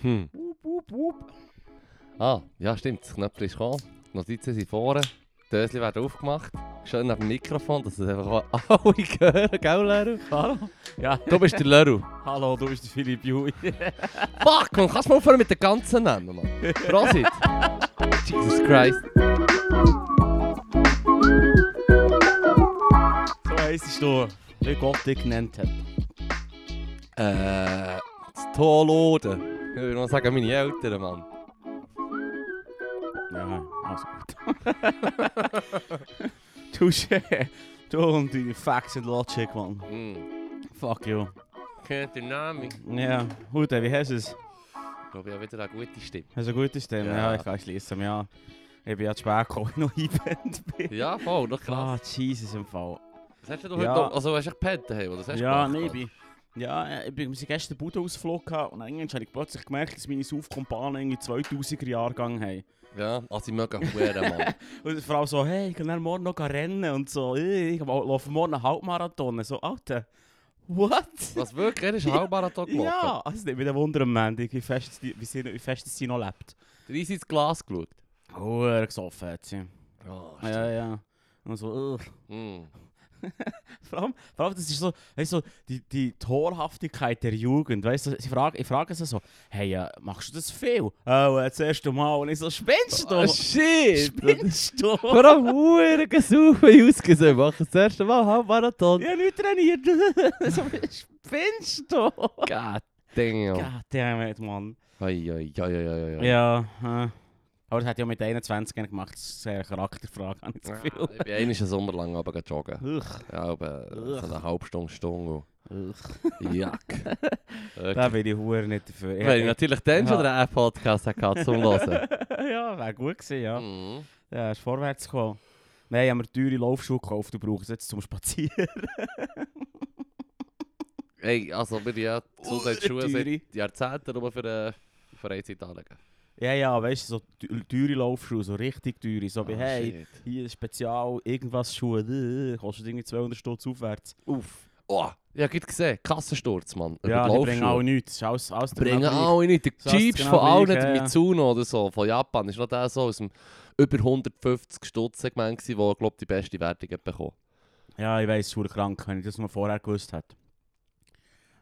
Hm. Wup, wup, wup. Ah, ja stimmt, das Knöpfchen ist gekommen. Die Notizen sind vorne. Die Döschen werden aufgemacht. Schön neben dem Mikrofon, dass es einfach alle hören, gell Leru? Hallo? Ja, Du bist der Leru. hallo, du bist der Philipp Jui. Fuck, man, kannst du mal aufhören mit den ganzen Namen, Mann? Prosit. Jesus Christ. so heisst du, wie Gott dich genannt hat. Äh, das Toloden. Ich würde mal sagen, meine Eltern, Mann. Ja, alles gut. Touché. Du und deine Facts and Logic, man. Hm. Fuck you. Kennt den Namen? Ja, Hude, wie heißt es? Ich glaube, ich habe wieder eine gute Stimme. Hast du eine gute Stimme? Ja, Ja. ich kann schließen, ja. Ich bin ja zu spät gekommen, wenn ich noch eingepennt bin. Ja, voll, doch krass. Ah, Jesus im Fall. Was hast du denn Ja. heute noch? Also, hast du echt gepennt daheim, oder? Was hast du Ja, gemacht, nee, ich Mann? bin, ja, eh, ich bin, wir sind gestern Budenausflug gehabt und irgendwann habe ich plötzlich gemerkt, dass meine Saufkumpanen irgendwie 2000er Jahrgang haben. Ja, also ich mag auch Huren, Mann. Und vor allem so, hey, ich kann dann morgen noch rennen und so, «Ey, ich laufe morgen einen Halbmarathon. So, Alter, what? Was wirklich? Er ist ein Halbmarathon gelaufen. Ja, also nicht mit einem Wunder am Montag, wie fest, es die- wie, sie, wie fest es sie noch lebt. Der ist ins Glas geschaut. Huere gesoffen hat sie. Oh, Ah, Ja, ja. Und so, ugh. Mm. Vor allem, vor allem, das ist so, weißt du, so die, die Torhaftigkeit der Jugend. Weißt du, ich frage, ich frage sie so, hey, äh, machst du das viel? Oh, äh, das erste Mal. Und ich so, spinnst du? shit! spinnst du? Vor allem Huren gesaufen ausgesehen machen. Das erste Mal Halbmarathon. ich habe nicht trainiert. so, spinnst du? God damn. Goddammit, Mann. Oi, oi, oi, oi, oi, oi. Ja, äh. aber das hat ja mit 21 gemacht. Das ist eine Charakterfrage, habe ich das Ah, Gefühl. Ich bin einen Sommer lang runter joggen. Ugh, Ja, eh, aber so eine halbe Stunde, Stunde. ugh. und- Jack. Da Okay. bin ich hure nicht dafür. Wenn ich natürlich dann schon Ja. einen Podcast hatte zum Hören. ja, wäre gut gewesen, ja. Mhm. Ja, ist vorwärts gekommen. Nein, haben wir teure Laufschuhe gekauft, du brauchst jetzt zum Spazieren. Hey, also bin ich ja zu den Schuhen Teure. seit Jahrzehnten nur für äh, Freizeitanlagen. Ja, ja, weißt du, so teu- teure Laufschuhe, so richtig teure. So wie, Ah, hey, shit. hier ist Spezial, irgendwas Schuhe, äh, kostet irgendwie 200 Stutz aufwärts. Uff. Oh, ich habe gesehen, Kassensturz, Mann. Über ja, die die bringen Laufschuhe. auch nichts. Ist alles, alles Bringen genau gleich. alle nicht. Der Das ist Jeeps genau von allen, gleich, der ja, ja. Mitsuno oder so, von Japan, ist noch der so aus dem über 150 Stutz Segment gewesen, wo, glaube die beste Wertung hat bekommen Ja, ich weiss, es ist hure krank, wenn ich das mal vorher gewusst hätte.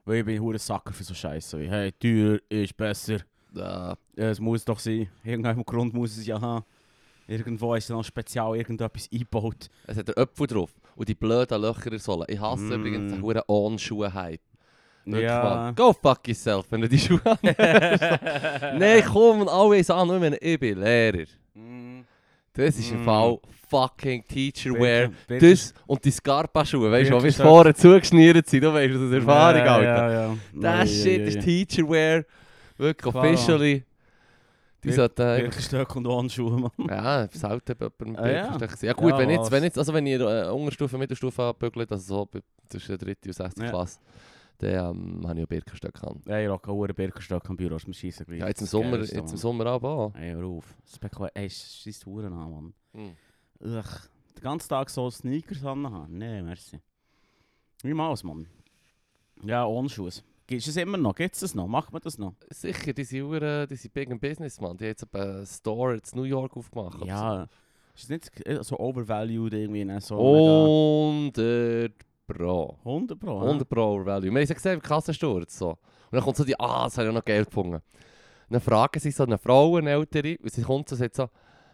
Weil ich bin hure Sacker für so Scheiße wie, hey, teuer ist besser. Ja, Ja, es muss doch sein. Irgendeinem Grund muss es ja haben. Irgendwo ist noch speziell irgendetwas eingebaut. es hat einen Öpfel drauf. Und die blöden Löcher in der Sohle. Ich hasse Mm. übrigens den huren On-Schuhe-Hype. Wirklich, Ja. Mann. Go fuck yourself, wenn du die Schuhe hast. Nein, komm, alles an, nur wenn ich bin Lehrer. Das ist im Mm. Fall fucking Teacherwear. Bitte, bitte. Das und die Scarpa-Schuhe, weißt du, die Wirklich so. vorne zugeschnürt sind, du weißt aus Erfahrung, ja, Alter. Ja, ja. Das shit ist Teacherwear. Wirklich Klar. officially. Die Wir- sollten. äh, Birkenstöcke und Handschuhe, Mann. Ja, selten bei jemandem Ah, ja. Birkenstock gesehen. Ja, gut, Ja, wenn jetzt, was. wenn jetzt, also wenn ihr äh, Unterstufe, Mittelstufe anbügelt, also so bei- zwischen der dritten und sechsten Ja. Klasse, dann ähm, habe ich ja Birkenstock an. Ja, ich rocke auch Birkenstöcke am Büro, ist mir scheiße gleich. Ja, jetzt im Sommer, jetzt im Sommer ab ah. an. Ey, hör auf. Das Bequ Ey, scheisst Huren an, Mann. Hm. Ugh. Den ganzen Tag so Sneakers an haben. Nee, merci. Niemals, Mann. Ja, ohne Schuhe. Gibt es immer noch? Gibt es das noch? Macht man das noch? Sicher, die sind, hure- die sind big im Business, man. Die haben jetzt einen Store in New York aufgemacht. oder so. Ja. Ist nicht äh, so overvalued irgendwie, ne? So mega- 100 Pro. 100 Pro, ne? 100 Pro Overvalue. Wir haben es ja gesehen, im Kassensturz. So. Und dann kommt so die, ah, das habe ich auch noch Geld gefunden. Und dann fragen sie so eine Frau, eine ältere, und sie kommt so und sagt so,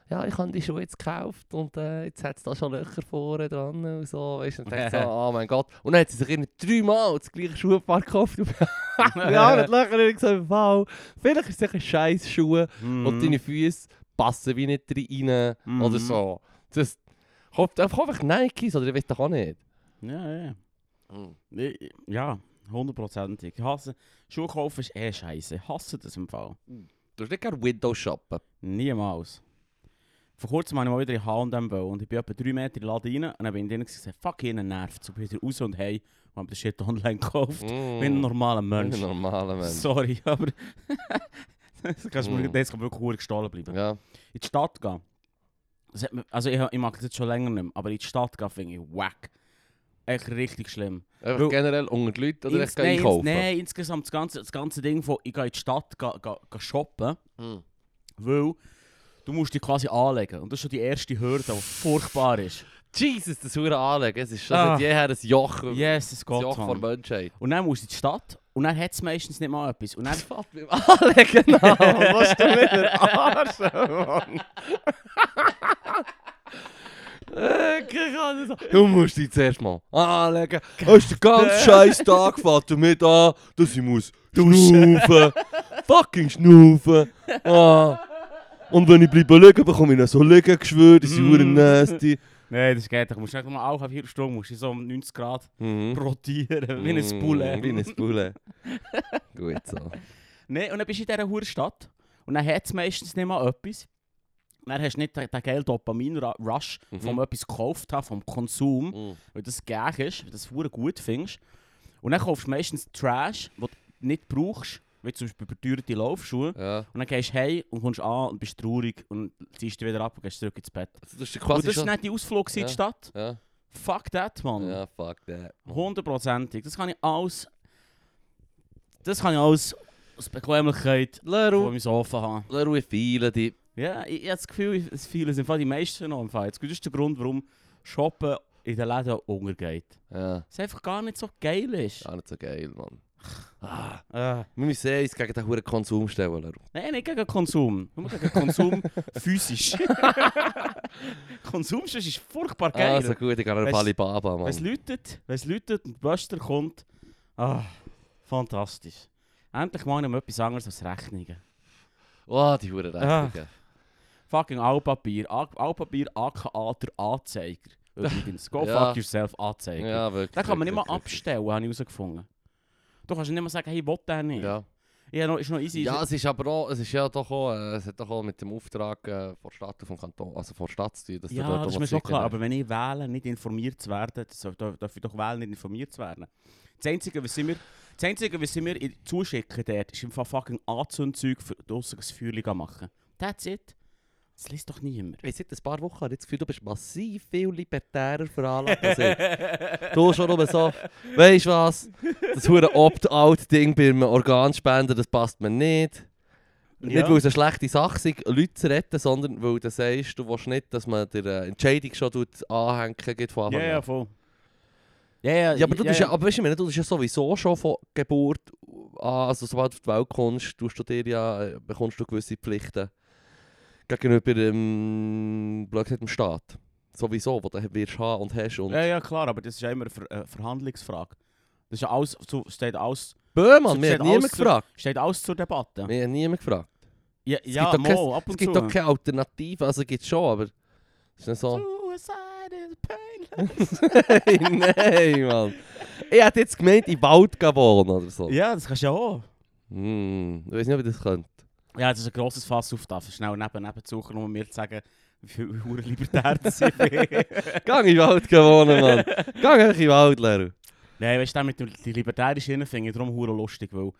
ja, ich habe die Schuhe jetzt gekauft und äh, jetzt hat es da schon Löcher vorne dran und so. Weißt du, und denkt so, oh mein Gott. Und dann hat sie sich irgendwie dreimal das gleiche Schuhpaar gekauft. Und ja, mit Löchern. Und ich gesagt, wow, vielleicht ist es ein scheiß Schuhe Mhm. und deine Füße passen wie nicht rein Mhm. oder so. Das, kauft einfach einfach Nikes oder ich weiß doch auch nicht. Ja, ja. Mhm. Nee, Ja, hundertprozentig. Ich hasse, Schuhe kaufen ist eh scheiße. Ich hasse das im Fall. Du hast nicht gerne Windows shoppen. Niemals. Vor kurzem habe ich mal wieder in H&M wollen und ich bin etwa 3 Meter in den Laden rein und dann bin ich drinnen gesagt, fuck, ihnen nervt. So bin ich wieder raus und hey, und habe den Shit online gekauft. Mm. Ich bin ein normaler Mensch. Ein normaler Mensch. Sorry, aber... das kannst du mir Mm. das kann wirklich verdammt gestohlen bleiben. Ja. In die Stadt gehen. Das hat mir, also ich, ich mag das jetzt schon länger nicht mehr, aber in die Stadt gehen finde ich wack. Echt richtig schlimm. Einfach Weil- generell unter die Leute oder Ins- ich gehe nein, ins- einkaufen. Nein, insgesamt das ganze, das ganze Ding von ich gehe in die Stadt ga, ga, ga shoppen, Hm. weil du musst dich quasi anlegen. Und das ist schon die erste Hürde, die furchtbar ist. Jesus, das Hure anlegen. Es ist schon Ah. seit jeher ein Joch. ein Jesus Joch Gott, von Mann. Menschheit. Und dann musst du in die Stadt und dann hat es meistens nicht mal etwas. Und dann, Das fällt mir anlegen an. Was du mit der Arsch, Mann? Eh, Äh, keine Ahnung. Du musst dich zuerst mal anlegen. Das ist der ganze scheiß Tag, fällt mir an, dass ich muss schnaufen. Fucking schnaufen. Ah. Und wenn ich bleibe liegen, bekomme ich noch so liegen geschwört. Das ist Mm. hure nasty. nein, das geht nicht. Du musst nicht mal auf eine Viertelstunde, musst du so um 90 Grad Mhm. rotieren, wie Mm, ein Poulet. Wie ein Poulet. Gut so. Nein, und dann bist du in dieser Hurstadt und dann hat es meistens nicht mal etwas. Und dann hast du nicht den, den geilen Dopamin-Rush Mhm. vom etwas gekauft haben, vom Konsum. Mm. weil das gäh ist, weil das hure gut findest. Und dann kaufst du meistens Trash, den du nicht brauchst, wie zum Beispiel überteuerte Laufschuhe. Ja. Und dann gehst du heim und kommst an und bist traurig und ziehst dich wieder ab und gehst zurück ins Bett. Das ist und quasi das ist schon... nicht die Ausflug in Ja. die Stadt. dus Ja. Fuck that, Mann. ja, fuck that. Hundertprozentig. Das kann ich alles... Das kann ich alles aus Bequemlichkeit von Leru, meinem Sofa haben. Leru feilen die. Ja, ich, ich habe das Gefühl, es fühlen sind die meisten noch am Fall. Das ist der Grund, warum Shoppen in den Läden untergeht. Ja, Es einfach gar nicht so geil ist. gar nicht so geil, Mann. Ah, Ah. wir müssen uns gegen den hohen Konsum stellen, Leru. Nein, nicht gegen Konsum. Nur gegen Konsum physisch. Konsum sonst ist furchtbar geil. Ah, so gut, ich gehe noch auf Weißt- Alibaba, wenn es Mann. läutet, wenn es läutet und die Böster kommt, ah, fantastisch. Endlich mal um etwas anderes als Rechnungen. Oh, die hohen Rechnungen. Fucking Altpapier. A- Altpapier aka der Anzeiger. Übrigens, go Ja. fuck yourself Anzeiger. Ja, wirklich. Den kann man nicht mal wirklich, abstellen, habe ich herausgefunden. Du kannst nicht mal sagen, hey, ich will den wirklich. nicht. Ja. Ja, noch, ist noch easy. ja, es ist aber auch, es ist ja doch auch, äh, es hat doch auch mit dem Auftrag äh, von Stadt und vom Kanton, also von Stadt zu tun, dass du Ja, dort auch das ist mir was schon klar. regeln Aber wenn ich wähle, nicht informiert zu werden, das darf, darf darf ich doch wählen, nicht informiert zu werden. Das Einzige, was sie mir, das Einzige, was sie mir in- zuschicken dort, ist im Fall fucking Anzündzeug für draussen ein Feuerchen machen. That's it. Das liest doch niemand. Hey, seit ein paar Wochen habe ich das Gefühl, du bist massiv viel libertärer veranlagt als ich. Du schon nur so, weißt du was, das hure Opt-out-Ding beim Organspender, das passt mir nicht. Nicht, Ja. weil es eine schlechte Sache ist, Leute zu retten, sondern weil du sagst, du willst nicht, dass man der äh, Entscheidung schon tut anhängen geht von Ja, Anfang ja, an. voll. Ja, ja, Ja, aber du tust ja, aber weißt du, ich meine, du tust ja sowieso schon von Geburt an, also sobald du auf die Welt kommst, tust du dir ja, äh, bekommst du gewisse Pflichten gegenüber dem, blöd gesagt, dem Staat. Sowieso, was du wirst haben und hast. Und Ja, ja, klar, aber das ist ja immer eine Ver äh, Verhandlungsfrage. Das ist ja alles, so steht alles, Böhmann, wir Steht haben niemand alles zur- gefragt. steht alles zur Debatte. Wir haben niemand gefragt. Ja, Es ja, gibt doch mal, ab Es und gibt zu. doch keine Alternative, also gibt es schon, aber es ist nicht so... Suicide is painless. hey, nein, Mann. Ich hätte jetzt gemeint, in Wald gehen wohnen oder so. Ja, das kannst du ja auch. Hm, ich weiß nicht, ob ich das könnte. Ja, das ist ein grosses Fass auf das. Schnell neben, neben zu suchen, um mir zu sagen, wie viel Huren libertär das sind. Gang in den Wald gehen wohnen, Mann. Gang einfach in den Wald, Lehrer. Nein, weißt du, mit dem- die libertäre Schiene finde ich darum Huren lustig, weil.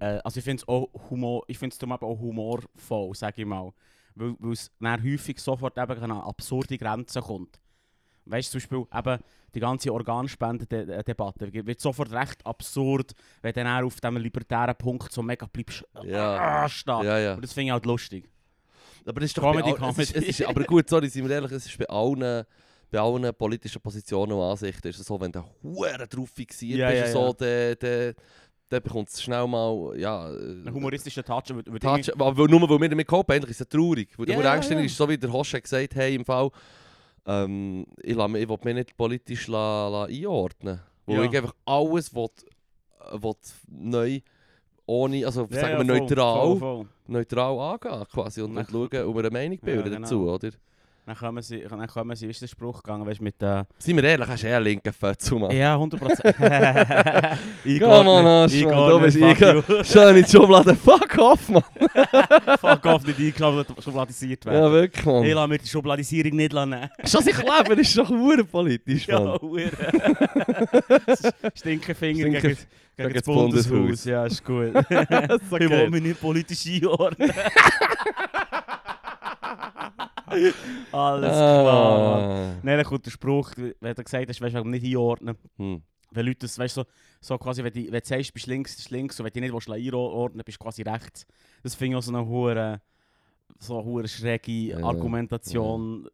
Äh, also, ich finde es auch, Humor, ich find's darum eben auch humorvoll, sage ich mal. Weil weil es dann häufig sofort eben an absurde Grenzen kommt. Weißt du, zum Beispiel eben die ganze Organspendendebatte wird sofort recht absurd, wenn du dann auf diesem libertären Punkt so mega bleibst Ja. ah, stehen. Ja, ja. Und das finde ich halt lustig. Aber das ist doch Comedy, bei all- es ist, Comedy. es ist, Aber gut, sorry, sind wir ehrlich, es ist bei allen, bei allen politischen Positionen und Ansichten ist es so, wenn du verdammt drauf fixiert Ja, bist, ja, und so, dann, dann, dann bekommt es schnell mal, ja... äh, Ein humoristischer Touch. aber- aber Tatsch, aber weil- nur weil wir damit geholfen haben, eigentlich ist es ja traurig. Weil Ja, der ja, ja, Engstein ja. ist so wie der Hosch hat gesagt hey, im Fall, ähm, ich, lasse, mich- ich will mich nicht politisch la, la einordnen. Weil Ja. ich einfach alles will, äh, will neu, ohne, also Ja, sagen ja, wir voll, neutral, Voll, voll. neutral angehen quasi und, und schauen, ob wir eine Meinung Ja, bilden dazu, oder? Dann kommen sie, dann kommen sie, ist der Spruch gegangen, weißt du, mit der... Seien wir ehrlich, hast du eher einen linken Fötzel, Mann. Ja, 100%. Come on, Arschmann, du bist eingeordnet. Schön in die Schublade, fuck off, Mann. Fuck off, nicht eingeklammert, schubladisiert Ja, werden. wirklich, ich Mann. lasse mir die Schubladisierung nicht nehmen. Schon sich leben ist doch verdammt politisch, Mann. Ja, Hure. Stinkefinger Stinke- gegen, gegen gegen das das Bundeshaus. Bundeshaus. Ja, ist gut. Das ist so ich will geil. mich nicht politisch einordnen. Alles klar. Mann. Ah. Nein, dann kommt der Spruch, wenn du gesagt hast, weißt du, warum nicht einordnen. Hm. Wenn Leute das, weißt du, so, so quasi, wenn, die, wenn du sagst, du bist links, ist links, und wenn du dich nicht willst, einordnen bist du quasi rechts. Das finde ich auch so eine hohe, so eine hohe schräge Ja, Argumentation,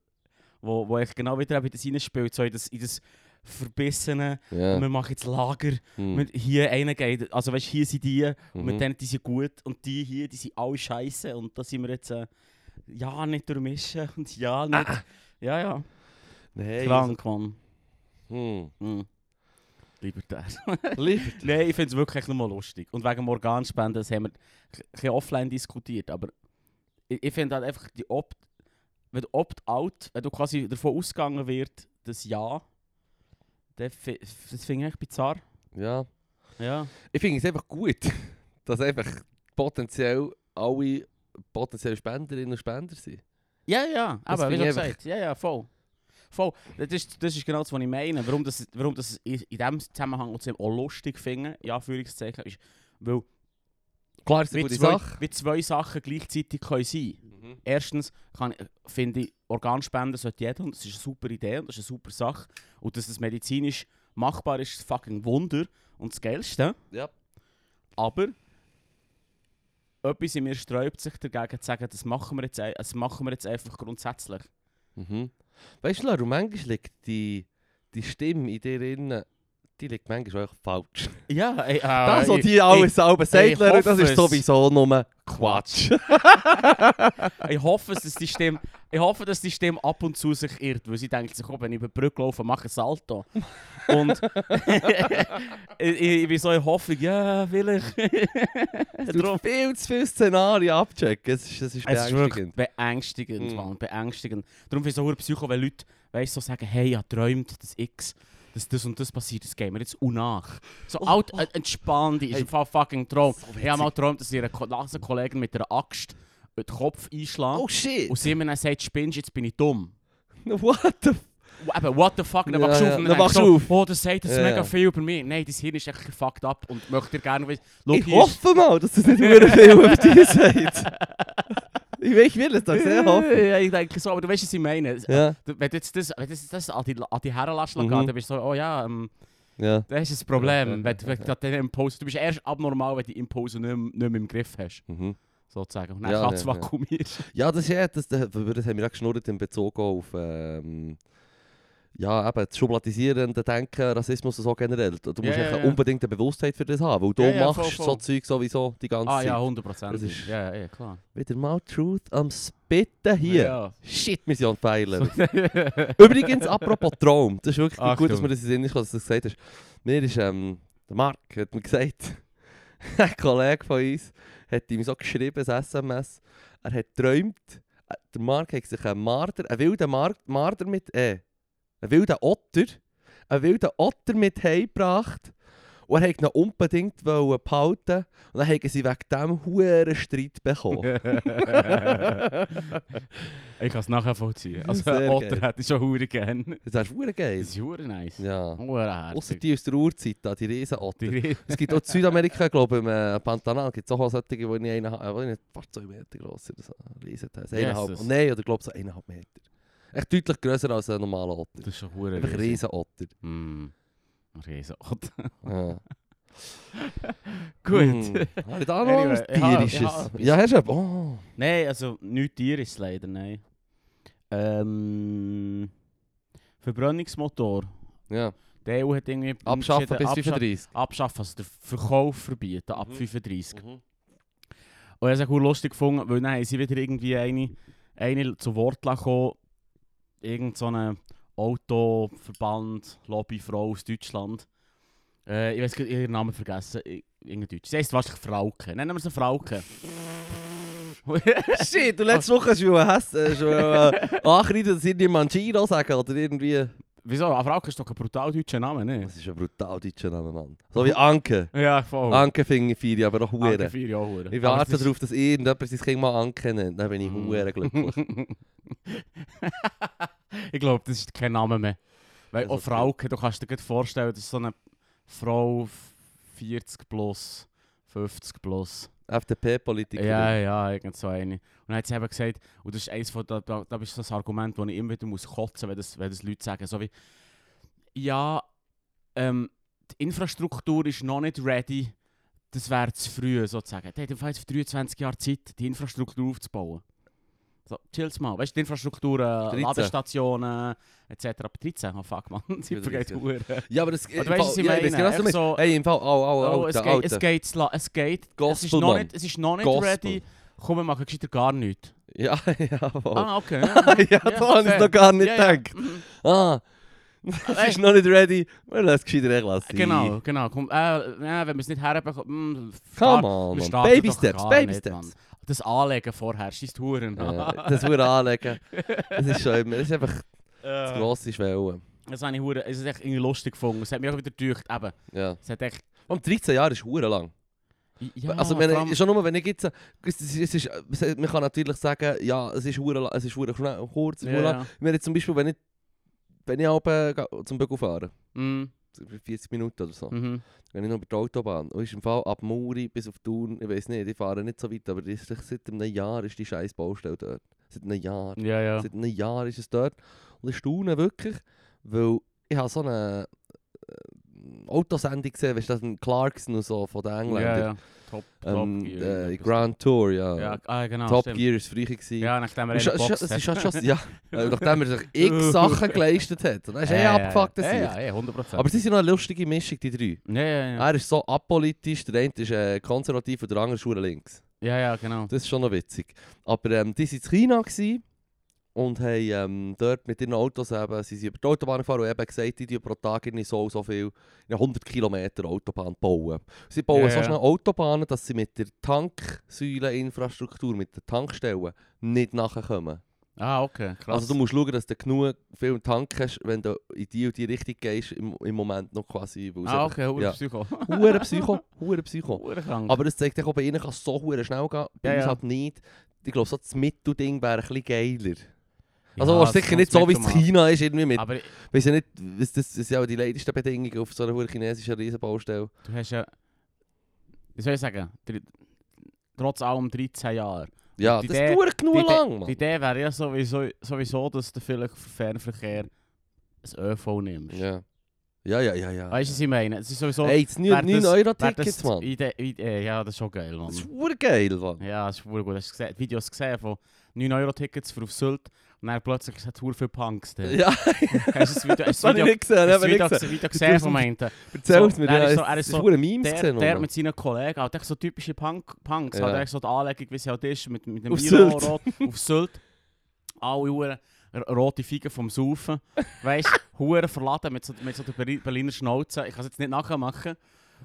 wo, wo ich genau wieder eben in das hineinspielt, so in das, in das Verbissene, Ja. wir machen jetzt Lager, Hm. mit hier einer geht, also weißt du, hier sind die, und Mhm. mit denen die sind gut, und die hier, die sind alle scheiße, und da sind wir jetzt, äh, ja, nicht durchmischen, und ja, nicht, Ah, ja, ja, Nein. krank, Mann. also, Hm. Mm. Libertär. Lieber. Nein, ich finde es wirklich nur mal lustig. Und wegen dem Organspenden, das haben wir ein bisschen offline diskutiert, aber ich, ich finde halt einfach, die Opt wenn du Opt-out, wenn du quasi davon ausgegangen wird, das Ja, dann fi- das finde ich echt bizarr. Ja. Ja. Ich finde es einfach gut, dass einfach potenziell alle potenzielle Spenderinnen und Spender sind. Ja, ja, Das aber wie finde schon ich einfach- gesagt, ja, ja, voll. Voll. Das ist, das ist genau das, was ich meine. Warum das, warum das in in diesem Zusammenhang uns auch lustig finden, in Anführungszeichen, ist, weil Klar ist eine wie gute zwei, Sache. wie zwei Sachen gleichzeitig können sein Mhm. Erstens kann, äh, finde ich, Organspenden sollte jeder und das ist eine super Idee und das ist eine super Sache. Und dass das medizinisch machbar ist, ist ein fucking Wunder und das Geilste. Ja. Aber etwas in mir sträubt sich dagegen zu sagen, das machen wir jetzt, ein- das machen wir jetzt einfach grundsätzlich. Mhm. Weißt du, Laru, manchmal liegt die, die Stimme in dir drin, die liegt manchmal auch falsch. Ja, ey, äh, das, was ich- die alles selber ey, ich sagt, Laru, das hoffe ist es. sowieso nur Quatsch. ich, ich hoffe, dass die Stimme, ich hoffe, dass die Stimme ab und zu sich irrt, weil sie denkt sich, oh, wenn ich über die Brücke laufe, mache ich ein Salto. Und ich, ich bin so in Hoffnung, ja, vielleicht. Du musst viel zu viele Szenarien abchecken. Es ist, es ist Also Es ist wirklich beängstigend. beängstigend, Mm. Mann, beängstigend. Darum finde ich es auch Psycho, wenn Leute weißt, so sagen, hey, ich träumt das X, dass das und das passiert, das geht mir jetzt unnach. So alt, äh, entspann dich, ist Hey. im Fall fucking Traum. So ich habe mal geträumt, dass ihre Klassenkollegen mit einer Axt den Kopf einschlagen Oh shit! und sie mir dann sagt, spinnst, jetzt bin ich dumm. What the f... Und Eben, what the fuck, dann Ja, wachst du ja, auf und dann dann denkst wachst du, du so, oh, das sagt jetzt Ja, mega ja. viel über mich. Nein, dein Hirn ist echt fucked up und möchte dir gerne... Schau, Ich hier ist- hoffe mal, dass es nicht nur viel über dich sagt. Ich, ich will es doch sehr hoffen. Ja, ich denke so, aber du weißt, was ich meine. Ja, Du- Wenn du jetzt das, wenn du jetzt das an die, an die Herren lässt, Mhm. gehen, dann bist du so, oh ja, ähm, ja. das ist das Problem. Ja, ja, wenn du, wenn du den Impuls, du bist erst abnormal, wenn du die Impulse nicht, mehr- nicht mehr im Griff hast, Mhm. sozusagen. Und dann Ja, kann es ja, ja. vakuumiert. Ja, das ist ja, das, das, über das haben wir auch geschnurrt in Bezug auf ähm, ja, eben, das schubladisierende Denken, Rassismus und so generell. Du musst Ja, ja, echt ja. unbedingt eine Bewusstheit für das haben, weil du Ja, ja, voll, machst voll. so Zeug sowieso die ganze Ah Zeit. ja, 100 Das ist- Prozent. Ja, ja, ja, klar. Wieder mal Truth am Spitten hier. Ja. Shit, wir sind on fire. Übrigens, apropos Traum, das ist wirklich Achtung. gut, dass mir das in den Sinn ist, dass du das gesagt hast. Mir ist, ähm, der Mark hat mir gesagt, ein Kollege von uns hat ihm so geschrieben, ein SMS, er hat geträumt, äh, der Mark hat sich einen Marder, einen wilden Mar Marder mit, äh, einen wilden Otter, einen wilden Otter mit heimgebracht und er hat ihn unbedingt wollen behalten und dann haben sie wegen dem huere Streit bekommen. ich kann es nachher vollziehen. Also, Sehr Sehr Otter geil. hätte ich schon hure gern. Das ist verdammt geil. Das ist hure nice. Ja. Hure Ausser herzig. die aus der Urzeit, da, die Riesenotter. Die- Es gibt auch in Südamerika, glaube ich, im äh, Pantanal gibt es auch solche, die nicht einen, äh, die nicht fast zwei Meter groß sind. So. Riesenteil. So eineinhalb, Jesus. nein, oder glaube so eineinhalb Meter. Echt deutlich grösser als ein normaler Otter. Das ist schon hure Einfach ein riesig. Riesenotter. Mm. Riesenotter. Ja. Gut. Hm. Habe ich da noch Anyway, was ich habe- ich Tierisches? habe etwas. Ja, hast du etwas? Oh. Nein, also nichts Tieres leider, nein. Ähm, Verbrennungsmotor. Ja. Die EU hat E irgendwie Abschaffen bis entschieden, 35. abscha- Abschaffen, also den Verkauf verbieten ab Mhm. 35. Mhm. Und ich habe es auch lustig gefunden, weil dann haben sie wieder irgendwie eine, eine zu Wort gekommen, irgend eh, so eine Autoverband, Lobbyfrau aus Deutschland. Äh, ich weiß gar nicht, ihren Namen vergessen, i- irgendein Deutsch. Sie heisst wahrscheinlich Frauke, nennen wir sie Frauke. Shit, du letzte Woche hast du ja hast, äh, schon äh, angekreidet, dass irgendwie Mangiro sagen oder irgendwie... Wieso? Eine Frauke ist doch ein brutal deutscher Name, ne? Das ist ein brutal deutscher Name, Mann. So wie Anke. Ja, voll. Anke finde ich feiere ich aber auch Oh. Anke verdammt. vier Jahre Hure. Ich Aber warte das ist- darauf, dass irgendjemand sein Kind mal ankennt. Dann bin ich Mhm. mm. glücklich. ich glaube, das ist kein Name mehr. Weil Also, auch Frauke, du kannst dir gut vorstellen, das ist so eine Frau f- 40 plus, 50 plus. FDP-Politiker. Ja, ja, irgend so eine. Und dann hat sie eben gesagt, und das ist eins von, da, da, da ist so ein Argument, wo ich immer wieder muss kotzen muss, wenn das, wenn das Leute sagen. So wie, ja, ähm, die Infrastruktur ist noch nicht ready, das wäre zu früh sozusagen. Die hat einfach jetzt 23 Jahre Zeit, die Infrastruktur aufzubauen. So, chill's mal. Weißt du, die Infrastruktur, äh, 13. Ladestationen, etc. Aber 13, oh fuck, man, die Ja, vergeht 13. Uhr. ja aber das... Aber du weißt, was ich meine. eh, Ja, genau, Echt so mit- so- Hey, im Fall, au, au, au, Oh, es, der geht, es Alte. geht, zu la- es geht, es ist Gospel, noch Mann. nicht, es ist noch nicht Gospel. ready. Komm, wir machen gescheiter gar nichts. Ja, jawohl. Ah, okay. Oh. ja, ja, da habe ich fair. noch gar nicht Ja, ja. Mhm. gedacht. Ah, es ist noch nicht ready. Wir lassen es gescheiter echt lassen. Genau, genau. Komm, äh, ja, wenn wir es nicht herbekommen, Come on, Mann. Baby Steps, Baby Steps. Das Anlegen vorher, schießt Huren. Ja, das würde anlegen. Das ist Eh, schon immer... Das ist einfach die grosse Schwelle. Das habe ich Huren, es ist echt irgendwie lustig gefunden. Es hat mich auch wieder gedeucht, eben. Ja. Es hat echt, Um 13 Jahre ist hure lang. ja, also vor meine, allem- schon nur, wenn ich jetzt... äh, Es ist, es ist, es ist, man kann natürlich sagen, ja, es ist hure lang, es ist hure schnell- kurz, es ist ja, hure lang. ja. Wenn ich zum Beispiel, wenn ich, wenn ich oben ga- zum Bügel fahre, Mhm, 40 Minuten oder so, mhm. wenn ich noch über die Autobahn, und ist im Fall ab Muri bis auf Thun, ich weiß nicht, ich fahre nicht so weit, aber das ist, seit einem Jahr ist die scheiß Baustelle dort. Seit einem Jahr. ja, ja. Seit einem Jahr ist es dort. Und ich staune wirklich, weil ich habe so eine äh, Autosendung gesehen, weißt du, das ist ein Clarkson und so von den Ja, Engländern. ja. Top, top. Ähm, Gear, äh, irgendwas. Grand Tour, ja. Ja, ah, genau, Top stimmt. Gear war früher. gewesen. Ja, nachdem wir Und schon- einen schon- Es geboxt ist hat. schon, schon, ja, äh, nachdem er sich x Sachen geleistet hat. Und dann ist Ja, eh ja, ja. abgefuckt. Ja, Ja, ja, ja, 100%. Aber sie sind noch eine lustige Mischung, die drei. ja, ja, ja. Er ist so apolitisch, der eine ist äh, konservativ und der andere ist verdammt links. ja, ja, genau. Das ist schon noch witzig. Aber ähm, die waren in China gewesen und haben ähm, dort mit ihren Autos eben, sie sind über die Autobahn gefahren und eben gesagt, die tun pro Tag irgendwie so und so viel, in 100 Kilometer Autobahn bauen. Sie bauen Ja, so ja. schnell Autobahnen, dass sie mit der Tanksäuleninfrastruktur, mit den Tankstellen nicht nachkommen. Ah, okay, krass. Also du musst schauen, dass du genug viel im Tank hast, wenn du in die und die Richtung gehst, im, im Moment noch quasi. Weil es ah, einfach- okay, hure ja. Psycho. Hure Psycho, hure Psycho. Hure krank. Aber das zeigt dich, auch, bei ihnen kann es so hure schnell gehen, bei Ja, uns ja. halt nicht. Ich glaube, so das Mittelding wäre ein bisschen geiler. Also Ja, ja, das sicher kommt nicht so, mit wie zum es An. China ist, irgendwie mit, Aber weiss ja nicht, das, das sind ja auch die leichtesten Bedingungen auf so einer huere chinesischen Riesenbaustelle. du hast ja... Wie soll ich sagen? Dr- Trotz allem 13 Jahre. Ja, die das Idee- dauert genug die Idee- lang, Die Mann. Idee wäre ja sowieso, sowieso dus dass du vielleicht für Fernverkehr ein ÖV nimmst. Ja, ja, ja, ja. ja. Weißt du, was ich meine? Es ist sowieso... Ey, jetzt wär 9 das- wär Euro-Tickets, das Mann. Idee, Idee, eh, ja, das ist schon geil, Mann. Das ist hure geil, Mann. Ja, das ist wohl gut. Hast du gesehen, die Videos gesehen von 9 Euro Tickets für auf Sylt und dann plötzlich hat es viel Punks. dort. Ja, Hast du das Video, hast das du das habe ich Video, nicht gesehen. hast Habe du ich nicht das gesehen. Video, Video gesehen von meinen? Erzähl es So, mir. er ist ja, so- er es- ist es so- ist hure Memes Der, gesehen. der oder? mit seinen Kollegen, halt echt so typische Punk, Punks, Ja. halt echt so die Anlegung, wie sie halt ist, mit, mit dem Auf Milo Sylt. rot auf Sylt. Alle Uhren rote Figen vom Saufen. Weißt du, Huren verladen mit so, mit so der Berli- Berliner Schnauze. Ich kann es jetzt nicht nachmachen.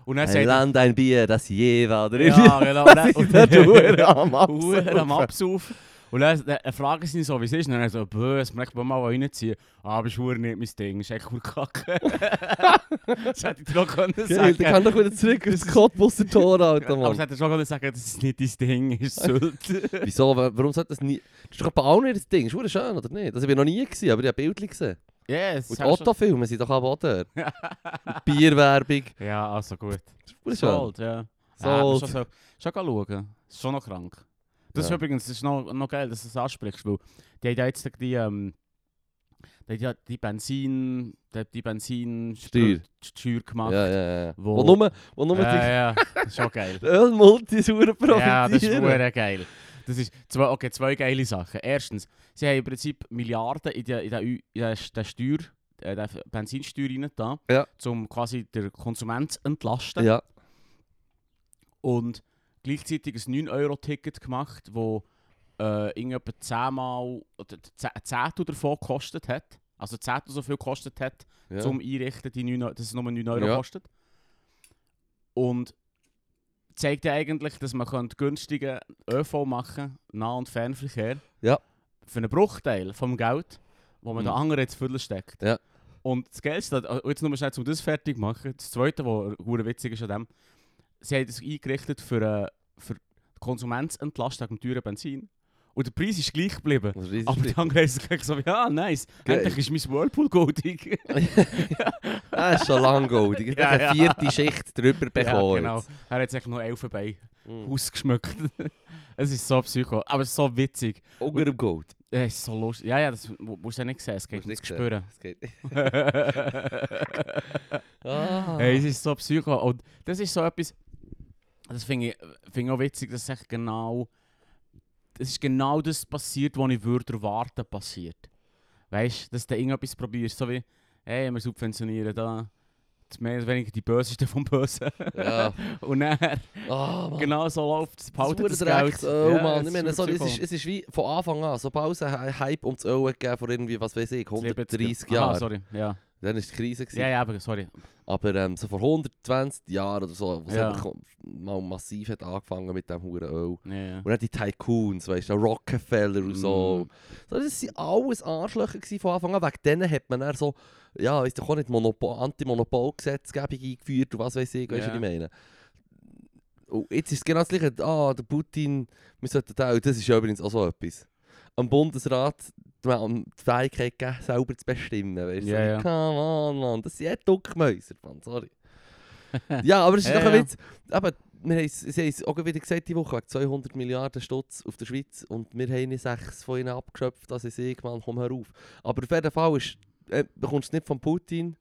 Und dann Ein sagt er, Land, ein Bier, das jeder. Oder? ja, genau. Und das dann- ist der Hure am Huren am Absaufen. Absaufen. Und dann, dann fragen sie ihn so, wie es ist. Und dann so, böse, möchte ich mal reinziehen. Ah, aber ist Huren nicht mein Ding, ist echt Kacke. das hätte ich dir noch können Geil, sagen der kann doch wieder zurück ins Cottbusser Tor, Alter, Aber das Mann. hätte ich schon können sagen, dass es nicht dein Ding ist, Sylt. Wieso? wa- Warum sollte das nie... Das ist doch bei allen das Ding. Ist hure schön, oder nicht? Das habe ich noch nie gesehen, aber ich habe Bildchen gesehen. yes, Und die hast du- Otto-Filme sind doch aber auch dort. Und die Bierwerbung. Ja, also gut. Das ist hure schön. Salt, ja. Salt. Ja, schon, so, also schon gehen schauen. Ist schon noch krank. Das Ja. ist übrigens das ist noch, noch geil, dass du das ansprichst, weil die haben ja jetzt die, ähm, die, haben ja die Benzin, die, die Benzin Steuer. Steuer gemacht. Ja, ja, ja. Wo- Wo nur... Wo nur ja, die ja. Das ist schon geil. Ölmultis hure ja, das ist profitieren. hure geil. Das ist zwei, okay, zwei geile Sachen. Erstens, sie haben im Prinzip Milliarden in die- in den in den- den Steuer, äh, den Benzinsteuer rein da, Ja. um quasi den Konsument zu entlasten. Ja. und gleichzeitig ein 9-Euro-Ticket gemacht, wo äh, irgendetwa 10 Mal oder 10 ein Zehntel davon gekostet hat. Also 10 so viel gekostet hat, ja. zum Einrichten, die 9, Eu- dass es nur 9 Euro Ja. kostet. Und zeigt ja eigentlich, dass man könnte günstigen ÖV machen Nah- und Fernverkehr. Ja. Für einen Bruchteil vom Geld, wo man Mhm. den anderen jetzt Viertel steckt. Ja. Und das Geilste, und jetzt nur schnell, um das fertig zu machen, das Zweite, was hure witzig ist an dem, sie haben das eingerichtet für, äh, für die Konsumentenentlastung mit teuren Benzin. Und der Preis ist gleich geblieben. Das ist riesig. Aber die anderen haben gleich so, ja, nice, Geil. endlich ist mein Whirlpool goldig. Das ist schon lang goldig. Ich Ja, habe eine ja. vierte Schicht drüber bekommen. Ja, genau. jetzt. Er hat jetzt echt noch elf dabei. Mhm. Haus geschmückt. es ist so psycho, aber es ist so witzig. Unter dem Gold. Ja, es ist so lustig. Ja, ja, das mu- musst du ja nicht sehen, es geht Musst ums nicht sehen. Spüren. Das geht. Ah. Hey, es ist so psycho. Und das ist so etwas, das finde ich, find ich auch witzig, dass es echt genau, das ist genau das passiert, was ich würde erwarten passiert. Weißt du, dass du irgendetwas probierst, so wie, hey, wir subventionieren da, das mehr oder weniger die Bösesten vom Bösen. Ja. Und dann, Ah, Mann. genau so läuft es, behaltet das, Das Geld. Dreck. Oh Ja, Mann, es ich meine, ist so, es, super ist, es ist wie von Anfang an, sobald es einen Hype um ums Öl gegeben vor irgendwie, was weiß ich, psycho. 130 Aha, Jahren, sorry, ja. dann war die Krise. Gewesen. Ja, ja, aber sorry. Aber ähm, so vor 120 Jahren oder so, wo es Ja. einfach kom- mal massiv hat angefangen mit dem huren Öl. Ja, ja. Und dann die Tycoons, weißt du, Rockefeller und so. Mm. so das waren alles Arschlöcher gewesen von Anfang an. Wegen denen hat man dann so, ja, ist doch auch nicht Monopo Anti-Monopol-Gesetzgebung eingeführt und was weiß ich, weißt du, Ja. was ich meine? Und jetzt ist es genau das gleiche, ah, der Putin, wir sollten da, und das ist ja übrigens auch so etwas. Am Bundesrat die die Fähigkeit gegeben, selber zu bestimmen, weißt du? Ja, ja. So, Come on, Mann, das sind ja Duckmäuser, Mann, sorry. ja, aber es ist Ja, doch ein ja. Witz. Aber wir haben es- sie haben es auch wieder gesagt die Woche, wegen 200 Milliarden Stutz auf der Schweiz und wir haben nicht sechs von ihnen abgeschöpft, das ist ich, Mann, komm herauf. Aber auf jeden Fall ist, äh, bekommst du es nicht von Putin,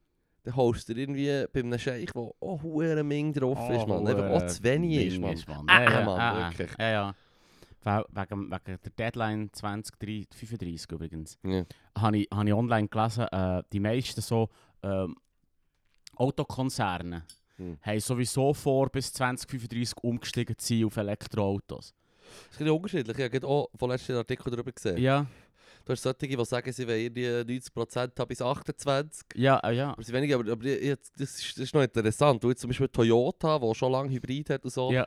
dann holst du dir irgendwie bei einem Scheich, der auch hure Ming drauf Oh, ist, Mann. Einfach äh, Ah, auch zu wenig ist, Mann. Ja, Ah, ja, Mann, ah, ah. wirklich. Ja, ja. Weil- Wegen, wegen der Deadline 2035 übrigens, Ja. habe ich, habe ich online gelesen, äh, die meisten so ähm, Autokonzerne Hm. haben sowieso vor, bis 2035 umgestiegen zu sein auf Das Elektroautos. ist ein bisschen unterschiedlich. Ich habe gerade auch vorletzten Artikel darüber gesehen. Ja, Du hast solche, die sagen, sie wollen irgendwie 90% haben bis 28. ja, äh, ja. Aber sie weniger, aber, aber ich- jetzt- das, ist, das ist noch interessant. Du, jetzt zum Beispiel Toyota, die schon lange Hybrid hat und so, ja.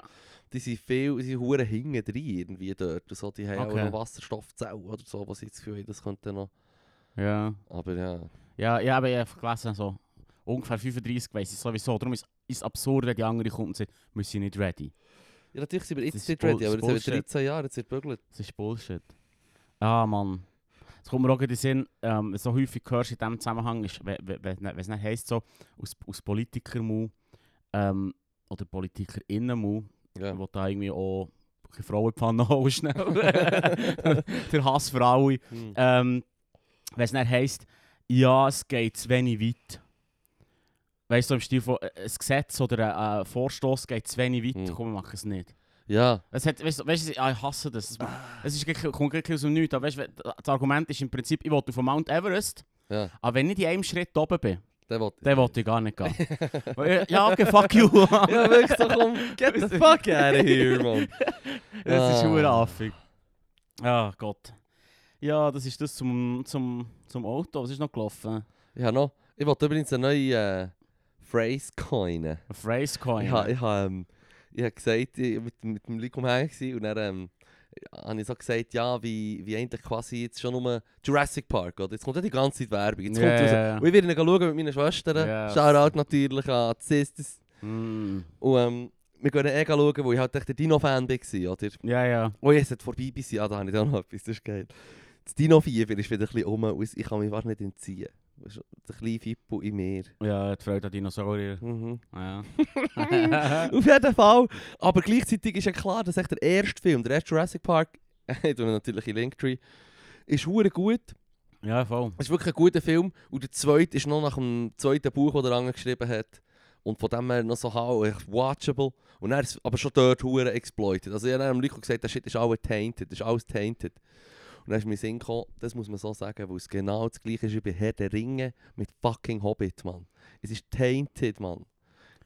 die sind viel, die sind hure hinten drin irgendwie dort. Und so, die haben Okay. auch noch Wasserstoffzellen oder so, was ich das Gefühl habe, das könnte noch... ja. Aber ja, Ja, ja, aber ich habe gelesen, so ungefähr 35 weiss ich sowieso. Darum ist es absurd, wenn die anderen kommen und sagen, wir sind nicht ready. ja natürlich sind wir jetzt Das ist nicht Bull- ready, aber jetzt das haben Bullshit. wir 13 Jahre, jetzt wird bügelt. Das ist Bullshit. Ah, Mann. Es kommt mir auch in den Sinn, ähm, so häufig hörst du in diesem Zusammenhang, ist, wenn wenn- wenn- wenn es nicht heisst, so aus, aus Politikermund ähm, oder PolitikerInnenmund, Ja. wo da irgendwie auch ein bisschen Frauenpfanne holen schnell. Der Hass für alle. Hm. Ähm, wenn es dann heisst, ja, es geht zu wenig weit. Weißt du, im Stil von, äh, ein Gesetz oder ein äh, Vorstoß geht zu wenig weit, Mhm. komm, wir machen es nicht. Ja, Es hat, weißt, du, weißt, du, ja, ich hasse das. Es, es ist, gleich- kommt gleich aus dem Nichts. Aber weißt, du, das Argument ist im Prinzip, ich will auf den Mount Everest, ja, aber wenn ich in einem Schritt oben bin, der wollte. dann will ich gar nicht gehen. Weil, äh, ja, okay, fuck you. Ja, wirklich, so komm, get the fuck out of here, Mann. Das ist Ah. hure affig. Ah, Gott. Ja, das ist das zum, zum, zum Auto. Was ist noch gelaufen? Ich habe noch, ich wollte übrigens eine neue äh, Phrase coinen. Ein Phrasecoin. Ich habe ich ha, ähm, ich ha gesagt, ich war mit, dem- mit dem Leute umher gewesen und dann ähm, habe ich so gesagt, ja, wie, wie eigentlich quasi jetzt schon nur Jurassic Park, oder? Jetzt kommt ja die ganze Zeit Werbung. Jetzt kommt Ja, raus. ja, ja. Und ich werde ihn schauen mit meinen Schwestern. Ja. Shoutout natürlich an die Sisters. Mm. Und ähm, wir gehen eh schauen, wo ich halt echt der Dino-Fan war, oder? Ja, ja. Oh, jetzt hat vor BBC, ja, da habe ich auch noch etwas, das ist geil. Das Dino-Fieber ist wieder ein bisschen um und es- ich kann mich fast nicht entziehen. Das ist Der kleine Fippo in mir. Ja, die Freude an Dinosaurier. Mhm. Ja. Auf jeden Fall. Aber gleichzeitig ist ja klar, dass echt der erste Film, der erste Jurassic Park, ich tue ihn natürlich in Linktree, ist hure gut. ja, voll. Es ist wirklich ein guter Film. Und der zweite ist noch nach dem zweiten Buch, das er angeschrieben hat. Und von dem her noch so hau, echt watchable. Und er ist aber schon dort hure exploited. Also ich habe dem Rico gesagt, der Shit ist alles tainted, das ist alles tainted. Und dann ist mir in den Sinn gekommen, das muss man so sagen, weil es genau das gleiche ist wie bei Herr der Ringe mit fucking Hobbit, Mann. Es ist tainted, Mann.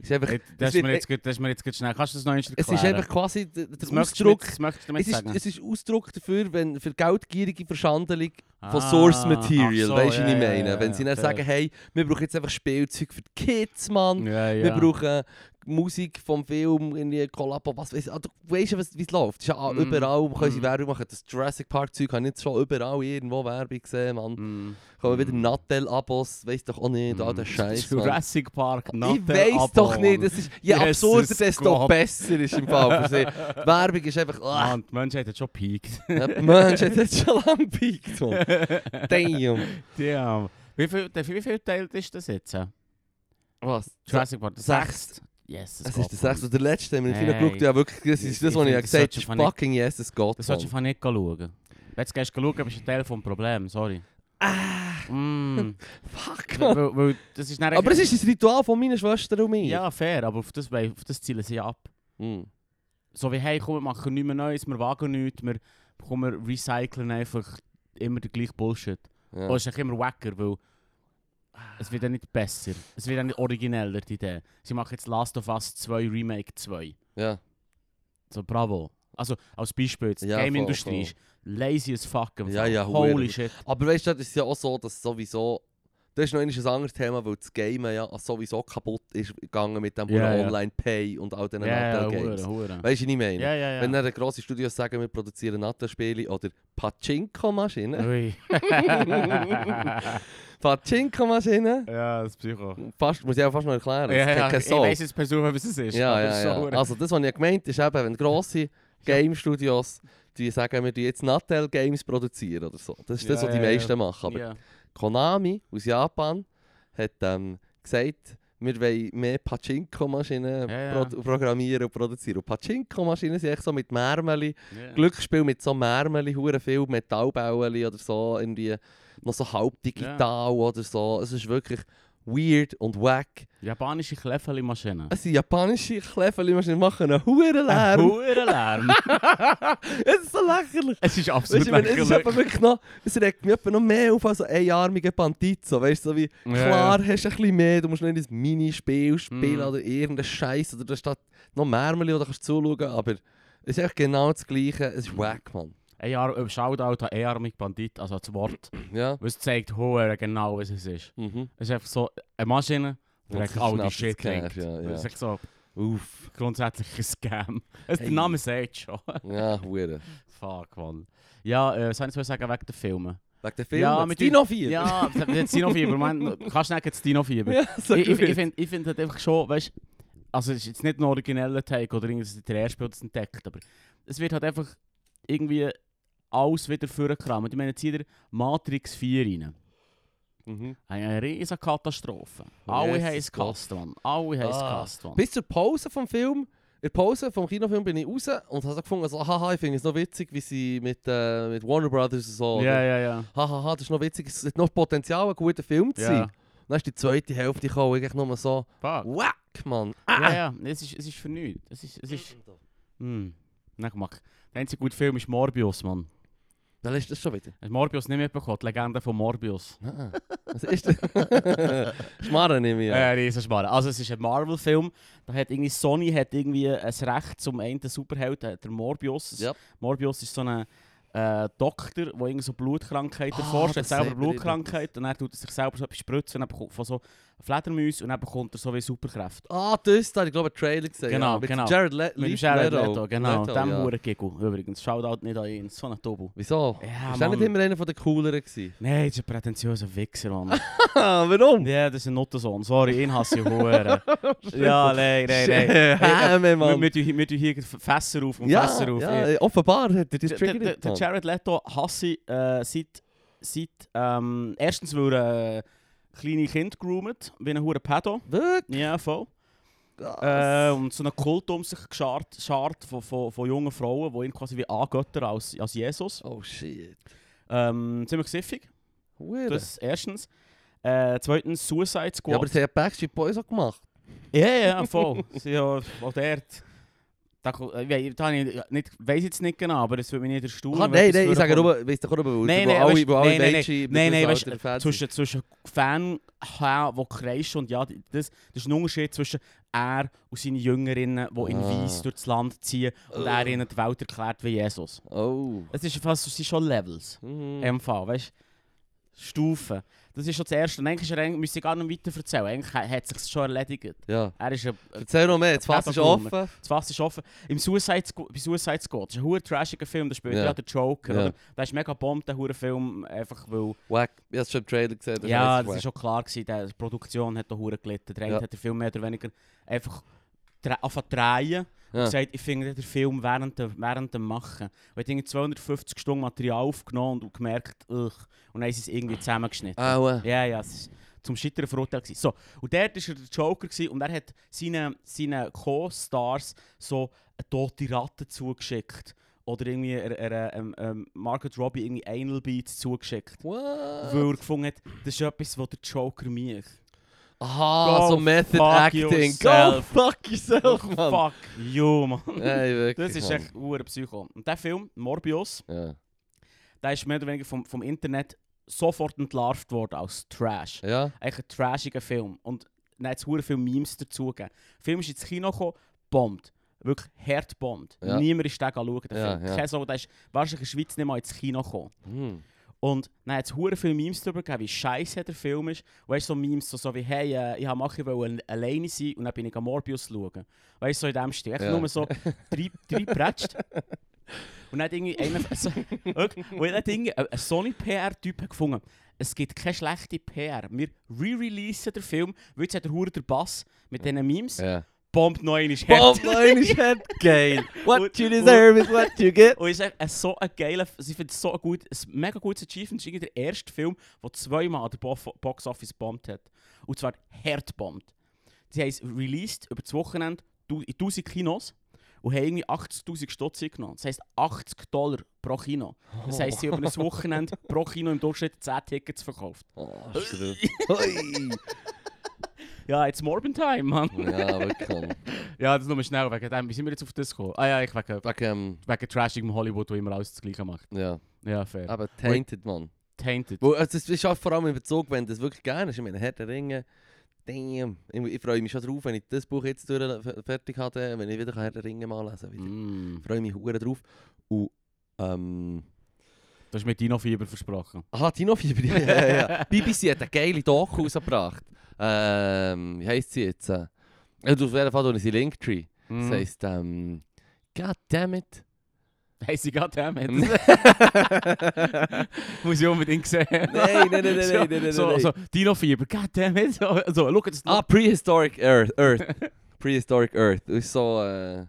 Es ist einfach Jetzt- es Das ist wird- e- mir jetzt gut- das ist mir jetzt gut schnell. Kannst du das noch einstellen? Es ist einfach quasi der, der das möchtest du Ausdruck. Mit, das möchtest du damit Es ist, sagen? es ist Ausdruck dafür, wenn für geldgierige Verschandelung Ah, von Source Material, weißt du, was ich meine? wenn sie dann sagen, hey, wir brauchen jetzt einfach Spielzeug für die Kids, Mann. ja, ja. Wir brauchen Musik vom Film, irgendwie Kollabo, was weiß ich. Ah, Du weißt ja, was- wie es läuft. Es ist ja Mm. überall, wo können sie Mm. Werbung machen. Das Jurassic Park-Zeug habe ich jetzt schon überall irgendwo Werbung gesehen, Mann. Mm. Kommen wieder Mm. Nattel-Abos, weiss doch auch nicht, all der Mm. Scheiß. Mann. Jurassic Park, Ich weiß doch nicht, Das das ist, je Jesus absurder, desto Gott. besser ist im Fall für sie. Die Werbung ist einfach, ah, Mann, die Menschheit hat schon peaked. Mensch, hat jetzt schon lange gepiekt. Mann. Damn. Damn. Wie viel, der- wie viel Teil ist das jetzt? äh? Was? Jurassic Park, der Sechste. sechste. Yes, Es ist der sechste und der letzte, den wir im Kino Nein. geschaut haben. Ja, wirklich, das Ich- ist das, was ich ich finde, ja das gesagt solltest du habe. einfach Fucking yes, es geht. Das solltest du Mann. einfach nicht schauen. Wenn du gehst schauen, bist du ein Teil des Problems, sorry. Ah. Mm. Fuck, Ah, weil, Mann. weil, weil das ist dann- Aber es ist ein Ritual von meiner Schwester und mir. Ja, fair, aber auf das, wei- auf das zielen sie ab. Mhm. So wie, hey, komm, wir machen nichts mehr Neues, wir wagen nichts, wir, komm, wir recyceln einfach immer den gleichen Bullshit. Ja. Oder ist eigentlich immer wacker, weil es wird ja nicht besser. Es wird ja nicht origineller, die Idee. Sie machen jetzt Last of Us 2 Remake 2. ja. So, bravo. Also, als Beispiel jetzt, die Ja, voll, Game-Industrie ist lazy as fuck. im Ja, Fall. ja, Holy hure. shit. Aber weißt du, das ist ja auch so, dass sowieso. Das ist noch einmal ein anderes Thema, weil das Game ja sowieso kaputt ist gegangen mit dem Ja, yeah, ja. Online-Pay und all diesen Ja, ja, Nattel hure, Games. hure. Weißt du, was ich meine? Ja, ja, ja. Wenn dann grosse Studios sagen, wir produzieren Nattelspiele oder Pachinko-Maschinen. Ui. Pachinko-Maschinen? ja, das Psycho. Fast, muss ich auch fast noch erklären. Ja, das ja, hat keine ich Sau. weiß jetzt persönlich, was es ist. Ja, aber es ja, ist ja. so hure- Also das, was ich gemeint habe, ist eben, wenn grosse Game-Studios die sagen, wir tun jetzt Nattel-Games produzieren oder so. Das ist das, Ja, was die ja, ja. meisten machen. Aber ja. Konami aus Japan hat ähm, gesagt, wir wollen mehr Pachinko-Maschinen Ja, ja. produ- programmieren und produzieren. Und Pachinko-Maschinen sind echt so mit Märmeli, Ja. Glücksspiel mit so Märmeli, hure viel Metallbäueli oder so, irgendwie noch so halb digital oder so. Es ist wirklich weird und wack. Japanische Kleffeli-Maschine. Es sind japanische Kleffeli-Maschinen, machen einen huren Lärm. Hure Lärm. Es ist so lächerlich. es ist Weißt absolut du, wenn- es ist lächerlich. eben wirklich noch, es regt mich etwa noch mehr auf als so einarmige Bandit. So, weißt du, so wie, Ja, klar hast du ein bisschen mehr, du musst nicht ein Minispiel spielen Mhm. oder irgendeinen Scheiß oder da steht noch Märmeli oder kannst zuschauen, aber es ist echt genau das Gleiche. Es ist wack, Mann. Ein Jahr, äh, Shoutout an E-Armig Bandit, also das Wort. Ja. Weil es zeigt hure genau, was es ist. Mhm. Es ist einfach so eine Maschine, die Und echt es all die schnappt Shit das Cash, trinkt. ja, ja. Es ist echt so Uff. grundsätzlich ein Scam. Es, Hey. Der Name sagt schon. Ja, hure. Fuck, man. Ja, äh, was soll ich jetzt sagen wegen den Filmen? Wegen der Film. Ja, Ja, mit mit Dino 4. Ja, jetzt Dino-Fieber. Man, kannst du nicht jetzt Dino-Fieber? ja so ich, ich, gut. ich finde ich find halt einfach schon, weißt du, also es ist jetzt nicht ein origineller Take oder irgendwas der erste das entdeckt, aber es wird halt einfach irgendwie alles wieder vorgekramt. Ich meine, jetzt jeder Matrix 4 rein. Mhm. Eine riesige Katastrophe. Oh, Alle Jesus haben es Gott. gehasst, Mann. Alle haben es Ah. gehasst, Mann. Bis zur Pause vom Film, in der Pause vom Kinofilm bin ich raus und habe so gefunden, so, haha, ich finde es noch witzig, wie sie mit, äh, mit Warner Brothers und so. Ja, ja, ja. Hahaha, das ist noch witzig, es hat noch Potenzial, ein guter Film zu sein. Ja, Und dann ist die zweite Hälfte gekommen, eigentlich nur so, fuck. wack, Mann. Ja, ja, es ist, es ist für nichts. Es ist, es ist, hm, nicht gemacht. Der einzige gute Film ist Morbius, Mann. Dann ist das schon wieder. Hast du Morbius nicht mitbekommen? Die Legende von Morbius. Nein. Was ist das? Schmarren nehme ich Ja. ja. Äh, Riesensparen. Also es ist ein Marvel-Film. Da hat irgendwie Sony hat irgendwie ein Recht zum einen Superheld, äh, der Morbius. Yep. Morbius ist so ein äh, Doktor, der irgendwie so Blutkrankheiten Ah, forscht, hat das selber sagt mir Blutkrankheit und er tut er sich selber so etwas spritzen und dann bekommt- von so Fledermäus und dann bekommt er so wie Superkräfte. Ah, das, da habe ich glaube einen Trailer gesehen. Genau, ja, mit genau. Jared Le Mit dem Leaf- Jared Leto. Leto, genau. Leto, dem ja. Huren-Giggle übrigens. Shoutout nicht an ihn, so ein Tobu. Wieso? Ja, ist der nicht Mann. immer einer von den Cooleren gewesen? Nein, das ist ein prätentiöser Wichser, Mann. Warum? Ja, das ist ein Nuttensohn. Sorry, ihn hasse ich Huren. ja, nein, nein, nein. Hey, Mann. Wir müssen mit hier Fässer auf und ja, Fässer auf. ja, äh, offenbar hat er das Der- der- der- triggert. Der Mann. Jared Leto hasse ich äh, seit, seit ähm, erstens, weil er äh, kleine Kind groomt, wie ein hure Pedo. Wirklich? Ja, voll. Ah, Äh, krass. und so einen Kult um sich geschart, schart von, von, von jungen Frauen, die ihn quasi wie angöttern als, als Jesus. Oh shit. Ähm, ziemlich siffig, dus Weird. das erstens. Äh, zweitens Suicide Squad. Ja, aber das hat Backstreet Boys auch gemacht. Ja, ja, voll. Sie haben auch dort. Da, ko- äh, ich da ich nicht, weiss jetzt nicht genau, aber das würde mich nicht erstaunen. Ah, wenn nein, etwas nein, ich sage vorkommt. nur, weißt du, nur, Nein, wo nein, alle, weißt- wo alle nein, nein, Mädchen mit nein, nein, unserem weißt- Alter Fans sind. Zwischen, zwischen Fan, ha, wo kreist und ja, die- das, das ist ein Unterschied zwischen er und seinen Jüngerinnen, die eh, in Ah. Oh. Weiss durchs Land ziehen und Ugh. er ihnen die Welt erklärt wie Jesus. Oh. Es ist fast, es sind schon Levels. Mhm. MV, weißt du? Stufen. dus Das ist schon das Erste. Und eigentlich ist er, eigentlich- müsste ich gar nicht weiter erzählen. Eigentlich ha- hat es sich schon erledigt. Ja. Er ist ein, ein Erzähl noch mehr, das Fass ist Pepper-Blumer. offen. Das Fass ist offen. Im Suicide Squad, bei Suicide Squad, das ist ein hoher trashiger Film, da spielt Ja. ja der Joker, Ja. oder? Der ist mega bombt, der hoher Film, einfach weil... Wack. Ich hab's schon im Trailer gesehen. das ja, ist das ist wack. schon klar gewesen, der- die Produktion hat da hoher gelitten. Der eine Ja. hat den Film mehr oder weniger einfach dre- angefangen zu drehen und Ja. gesagt, ich finde den Film während dem, während dem Machen. Weil ich irgendwie 250 Ah, Stunden Material aufgenommen und gemerkt, ugh, und dann haben sie es irgendwie zusammengeschnitten. Aua. Ja, ja, es ist, zum Scheitern verurteilt gewesen. So, und dort war er der Joker gewesen, und er hat seinen, seinen Co-Stars so eine tote Ratte zugeschickt. Oder irgendwie er, er, ähm, ähm, Margot Robbie irgendwie Anal Beats zugeschickt. What? Weil er gefunden hat, das ist etwas, was der Joker mir. Aha, Go so Ah, Method Oh, fuck Acting. yourself. Oh, Go fuck yourself, man. Fuck you, Mann. Ey, wirklich, Das ist Mann. echt hure Psycho. Und der Film, Morbius, Ja. der ist mehr oder weniger vom, vom Internet sofort entlarvt worden als Trash. ja. Eigentlich ein trashiger Film. nou, Und dann hat es hure viele Memes dazu gegeben. Der Film ist ins Kino gekommen, bombt. Wirklich hart bombt. Ja. Niemand ist den schauen, den Ja, Film. ja. Kein Sau, der ist wahrscheinlich in der Schweiz nicht mal ins Kino gekommen. Hm. Und dann hat es hure viele Memes darüber gegeben, wie scheiße der Film ist. Weißt du, so Memes so, so wie, hey, äh, ich wollte wollen alleine sein und dann bin ich an Morbius schauen. Weißt du, so in dem Stil. Echt Ja. nur so drei, drei Prätscht. Und dann hat irgendwie einer. So, wirklich, und dann hat irgendwie ein Sony-PR-Typ gefunden. Es gibt keine schlechte PR. Wir re-releasen den Film, weil jetzt hat der Hure der Bass mit diesen Memes. Ja. Bombt noch einmal Oh, härter. nein, ist hart geil. What Und- you deserve is what you get. Und es ist echt ein so ein geiler, also ich finde es so ein, gut, ein mega gutes Achievement. Es ist irgendwie der erste Film, der zweimal an der Bo Box Office gebombt hat. Und zwar hart gebombt. Sie haben es released über das Wochenende du- in 1000 Kinos und haben irgendwie 80.000 Stutz genommen. Das heisst 80 Dollar pro Kino. Das heisst, sie haben über ein Wochenende pro Kino im Durchschnitt 10 Tickets verkauft. Oh, Strub. Hui. Ja, jetzt Morbin Time, Mann. Ja, wirklich. Mann. Ja, das ist nur schnell wegen dem. Wie sind wir jetzt auf das gekommen? Ah ja, ich wegen, Like, ähm, wegen Trashing Hollywood, wo immer alles das Gleiche macht. ja. Ah, Ja, fair. Aber tainted, man. Äh, Tainted. Wo, also es ist auch vor allem in Bezug, wenn du das wirklich gerne hast. Ich meine, Herr der Ringe, damn. Ich, ich freue mich schon drauf, wenn ich das Buch jetzt durch, fe- fertig hatte, wenn ich wieder Herr der Ringe mal lesen kann. Mm. Ich freue mich hure drauf. Und, ähm... Das ist mit Dino-Fieber versprochen. Aha, Tino Fieber. ja, ja, ja. BBC hat eine geile Doku rausgebracht. Ähm, wie heisst sie jetzt? Äh, auf jeden Fall tue ich sie Linktree. Mhm. Das heisst, ähm... God damn it. Hey, sie geht dem, nein, jetzt. Muss ich unbedingt sehen. nein, nein, nein, so, nein, nein, nein, so, nein. so, Dino-Fieber, goddammit. So, so, look at Ah, Prehistoric Earth. Earth. Prehistoric Earth. Das ist so. Äh,